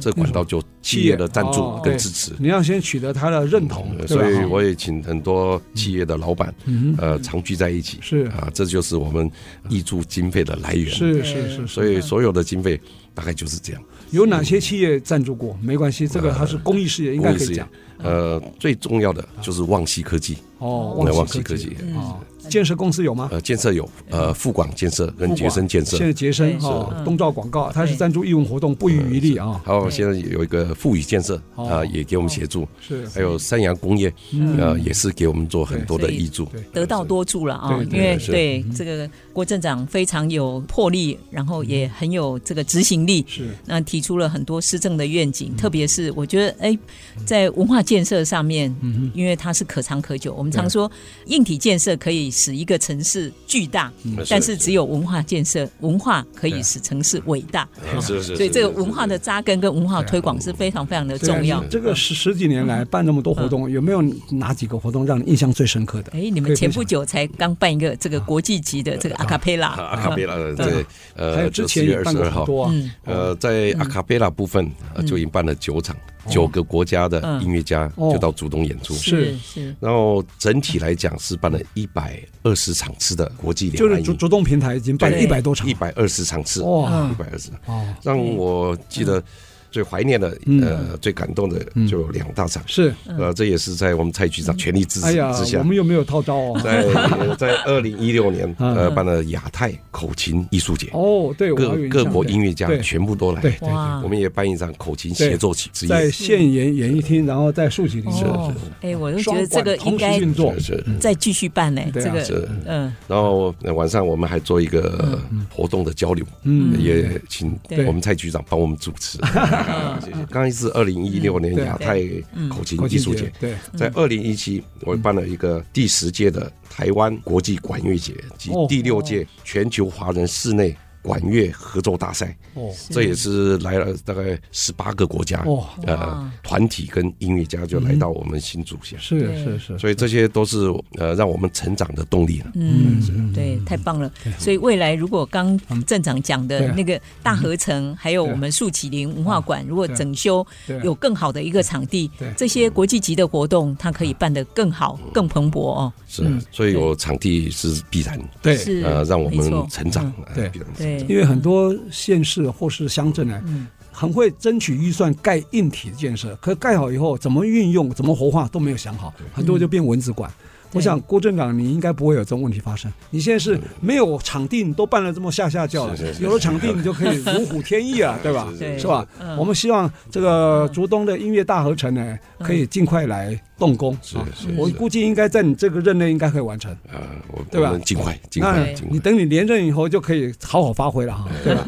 S3: 这管道就企业的赞助跟支持。
S1: 你要先取得他的认同，哦对吧
S3: 嗯
S1: 哦
S3: 所以
S1: 哈
S3: 我也请很多企业的老板，
S1: 嗯哼
S3: 呃，常聚在一起
S1: 是
S3: 啊，这就是我们挹注经费的来源。
S4: 嗯
S1: 是是是是，
S3: 所以所有的经费大概就是这样。
S1: 有哪些企业赞助过？没关系，这个它是公益事业，应该可以
S3: 嗯公益事业
S1: 讲
S3: 呃，最重要的就是旺西科技，
S1: 哦。
S3: 那
S1: 旺
S3: 旺
S1: 西
S3: 西
S1: 科
S3: 科
S1: 技
S3: 技，
S1: 啊，
S4: 嗯
S1: 建设公司有吗？
S3: 呃，建设有
S1: 嗯
S3: 呃富广建设跟
S1: 不
S3: 杰
S1: 管
S3: 森建设嗯
S1: 现，在杰森
S4: 对
S1: 哦，
S4: 是
S1: 东照广告，它是赞助义务活动，不遗余力啊，
S3: 还有现在有一个富宇建设啊、
S1: 哦
S3: 也给我们协助，
S1: 是
S3: 还有三洋工业，呃，也是给我们做很多的
S4: 对
S3: 挹注。
S1: 嗯对
S4: 嗯得道多助了啊、
S1: 对对
S4: 因为
S3: 是
S4: 对这个郭镇长非常有魄力，然后也很有这个执行力，
S1: 是
S4: 那提出了很多施政的愿景，特别是我觉得，哎，在文化建设上面，因为它是可长可久。我们常说，硬体建设可以使一个城市巨大，但是只有文化建设，文化可以使城市伟大。
S3: 有是是，
S4: 所以，这个
S3: 是
S4: 文化的扎根跟文化推广是非常非常的
S1: 对啊
S4: 重要。嗯
S1: 这个十十几年来办那么多活动，有没有哪几个活动让你印象最深刻的？
S4: 哎，你
S1: 可以
S4: 们前
S1: 分享
S4: 不久才刚办一个这个国际级的这个阿卡贝拉，
S3: 啊阿卡贝拉的
S4: 对
S3: 对，
S1: 还有
S3: 呃，
S1: 之
S3: 就
S1: 前
S3: 四月
S1: 也
S3: 二
S1: 办
S3: 十
S1: 过
S3: 二
S1: 很
S3: 号，
S1: 多啊，嗯
S4: 嗯
S3: 呃，在阿卡贝拉部分呃就已经办了九场，九个国家的音乐家
S1: 哦
S3: 就到竹东演出。
S1: 是
S4: 是，
S3: 然后整体来讲是办了一百二十场次的国际
S1: 就
S3: 联欢
S1: 是主
S3: 音，
S1: 主动平台已经办了一百多场
S3: 一，百二十场次，
S1: 哇
S3: 一百二十，
S1: 哦，
S3: 让我记得最怀念的，
S1: 嗯
S3: 呃，最感动的就有两大场，
S1: 是，
S3: 呃，这也是在我们蔡局长全力支持
S1: 哎呀
S3: 之，
S1: 我
S3: 下，
S1: 们又没有套招哦，
S3: 在 在二零一六年
S1: 嗯
S3: 呃办了亚太口琴艺术节，
S1: 哦，对，我还
S3: 各
S1: 有印象
S3: 各国音乐家
S1: 对
S3: 全部都来
S1: 对，对
S4: 哇
S3: 我们也办一场口琴协奏曲之夜，
S1: 在现演演艺厅，然后在竖琴里面，
S4: 哦，哎，我都觉
S1: 双
S4: 得这
S1: 管
S4: 个应
S1: 同时
S4: 该
S1: 运作嗯
S3: 是，是
S4: 再继续办呢。
S1: 对啊
S4: 这个，
S3: 是。
S4: 嗯，
S3: 然后呃晚上我们还做一个活动的交流，
S1: 嗯
S3: 也请
S4: 对
S3: 我们蔡局长帮我们主持。 谢谢。刚才是二零一六年
S1: 对
S3: 亚太口琴
S1: 国
S3: 艺
S1: 际
S3: 术节，
S1: 对，
S3: 在二零一七我办了一个第十届的台湾国际管乐节及
S1: 哦
S3: 第六届全球华人室内管乐合奏大赛，
S1: 哦，
S3: 这也是来了大概十八个国家
S1: 哦，
S3: 呃，团体跟音乐家就来到我们新竹县。
S1: 是是是，
S3: 所以这些都是呃让我们成长的动力了。
S4: 嗯，对，太棒了。所以未来如果刚镇长讲
S1: 对
S4: 的
S1: 啊
S4: 那个大合成，还有我们树麒麟文化馆，如果
S1: 对
S4: 整修
S1: 对
S4: 有更好的一个场地
S1: 对，
S4: 这些国际级的活动，它可以办得更好、更蓬勃哦。
S3: 是，啊所以有场地是必然，
S1: 嗯对，
S4: 是
S3: 呃，让我
S4: 没错
S3: 们成长，
S1: 嗯
S3: 呃
S1: 对
S3: 必然成长
S4: 对，
S1: 因为很多县市或是乡镇呢，
S3: 嗯
S1: 很会争取预算盖硬体建设，可盖好以后怎么运用、怎么活化都没有想好，很多就变蚊子馆。我想郭镇长，你应该不会有这种问题发生。你现在是没有场地，你都办了这么下下教了，有了场地，你就可以如虎添翼 啊，对吧？
S4: 是是
S1: 是吧？
S3: 嗯
S1: 我们希望这个竹东的音乐大合成呢，可以尽快来动工。啊
S3: 是是
S1: 我
S3: 是
S1: 估计应该在你这个任内应该可以完成。
S3: 呃，我
S1: 对吧
S3: 我们尽快，尽
S1: 那嗯
S3: 快，尽
S1: 你
S3: 快，
S1: 等你连任以后就可以好好发挥了哈，对吧？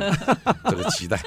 S3: 这个期待。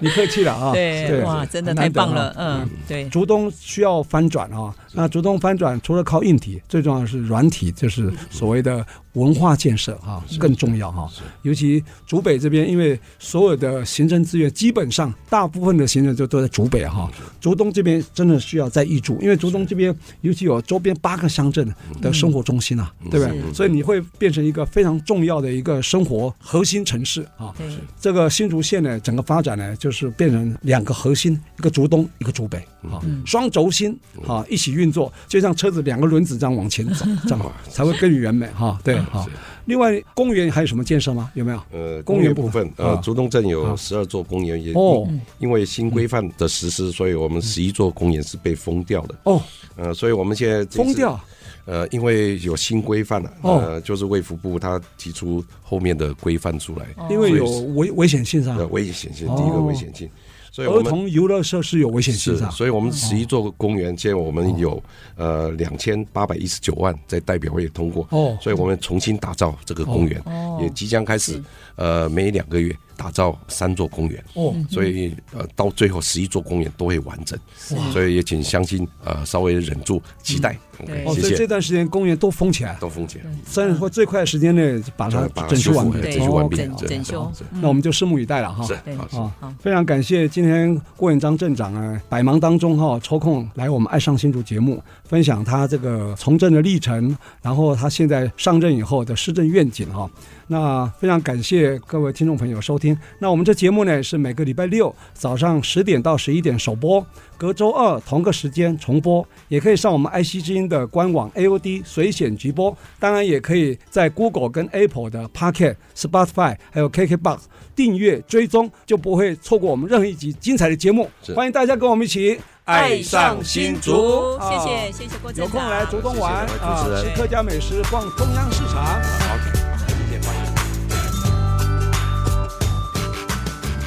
S1: 你客气了啊！
S4: 对，哇，真的太棒了。。
S1: 很难得啊
S4: 嗯，对，
S1: 竹东需要翻转啊，那竹东翻转除了靠硬体，最重要的是软体，就是所谓的文化建设啊，更重要哈、尤其竹北这边，因为所有的行政资源基本上大部分的行政就都在竹北哈、
S4: 嗯
S1: 竹东这边真的需要再挹注，因为竹东这边尤其有周边八个乡镇
S4: 嗯
S1: 的生活中心啊，
S3: 嗯
S1: 对不对？
S4: 是
S1: 所以你会变成一个非常重要的一个生活核心城市啊。
S4: 对，
S1: 这个新竹县呢，整个发展呢，就是变成两个核心，一个竹东，一个竹北
S3: 嗯
S1: 啊，双轴心啊，一起运作，就像车子两个轮子这样往前 走，这样才会更圆美哈。对哈。另外，公园还有什么建设吗？有没有？
S3: 呃，
S1: 公
S3: 公
S1: 园
S3: 园
S1: 部
S3: 部分，
S1: 啊
S3: 呃，竹东镇
S1: 啊
S3: 有十二座公园，也
S1: 哦嗯
S3: 因因为新规范的实施，所以我们十一座公园是被封掉的。
S1: 哦，
S3: 呃，所以我们现在这次
S1: 封掉，
S3: 呃，因为有新规范了，
S1: 哦
S3: 呃，就是卫福部他提出后面的规范出来，
S1: 哦因为有危危险性上，
S3: 呃，危险性，第一个
S1: 哦
S3: 危险性，所以我
S1: 儿
S3: 们
S1: 童游乐设施有危险性
S3: 是
S1: 上，，
S3: 所以我们十一座公园，现在我们
S1: 哦
S3: 有呃两千八百一十九万在代表会通过，
S1: 哦
S3: 所以我们重新打造这个公园，也即将开始，呃，每两个月打造三座公园，
S1: 哦，
S3: 所以呃到最后十一座公园都会完整，所以也请乡亲呃稍微忍住期待
S4: 对
S1: 哦，
S3: ，OK，
S1: 所以
S3: 谢
S1: 这
S3: 谢，
S1: 段时间公园都封起来，
S3: 东风姐，
S1: 三或最快的时间内把它
S3: 就把它
S1: 整修
S3: 修复
S1: 完毕
S3: 对，
S4: 对
S3: 整修完毕
S1: 哦
S4: 整
S3: 对
S4: 整修
S3: 是，
S4: 嗯
S1: 那我们就拭目以待了哈。
S3: 是
S4: 对
S3: 好，是
S1: 啊
S4: 好，
S1: 非常感谢今天郭远章镇长啊，百忙当中哈、抽空来我们《爱上新竹》节目，分享他这个从政的历程，然后他现在上任以后的施政愿景哈、那非常感谢各位听众朋友收听。那我们这节目呢是每个礼拜六早上十点到十一点首播，隔周二同个时间重播，也可以上我们爱惜之音的官网 AOD 随选直播，当然也可以在 Google 跟 Apple 的 Pocket、Spotify 还有 KKBox 订阅追踪，就不会错过我们任何一集精彩的节目。
S3: 是
S1: 欢迎大家跟我们一起
S3: 爱上新竹
S4: 谢谢谢谢郭镇
S1: 啊有
S4: 长，
S1: 空来竹东玩
S3: 谢谢各位
S1: 啊
S3: 主持，人
S1: 吃客家美食，逛中央市场。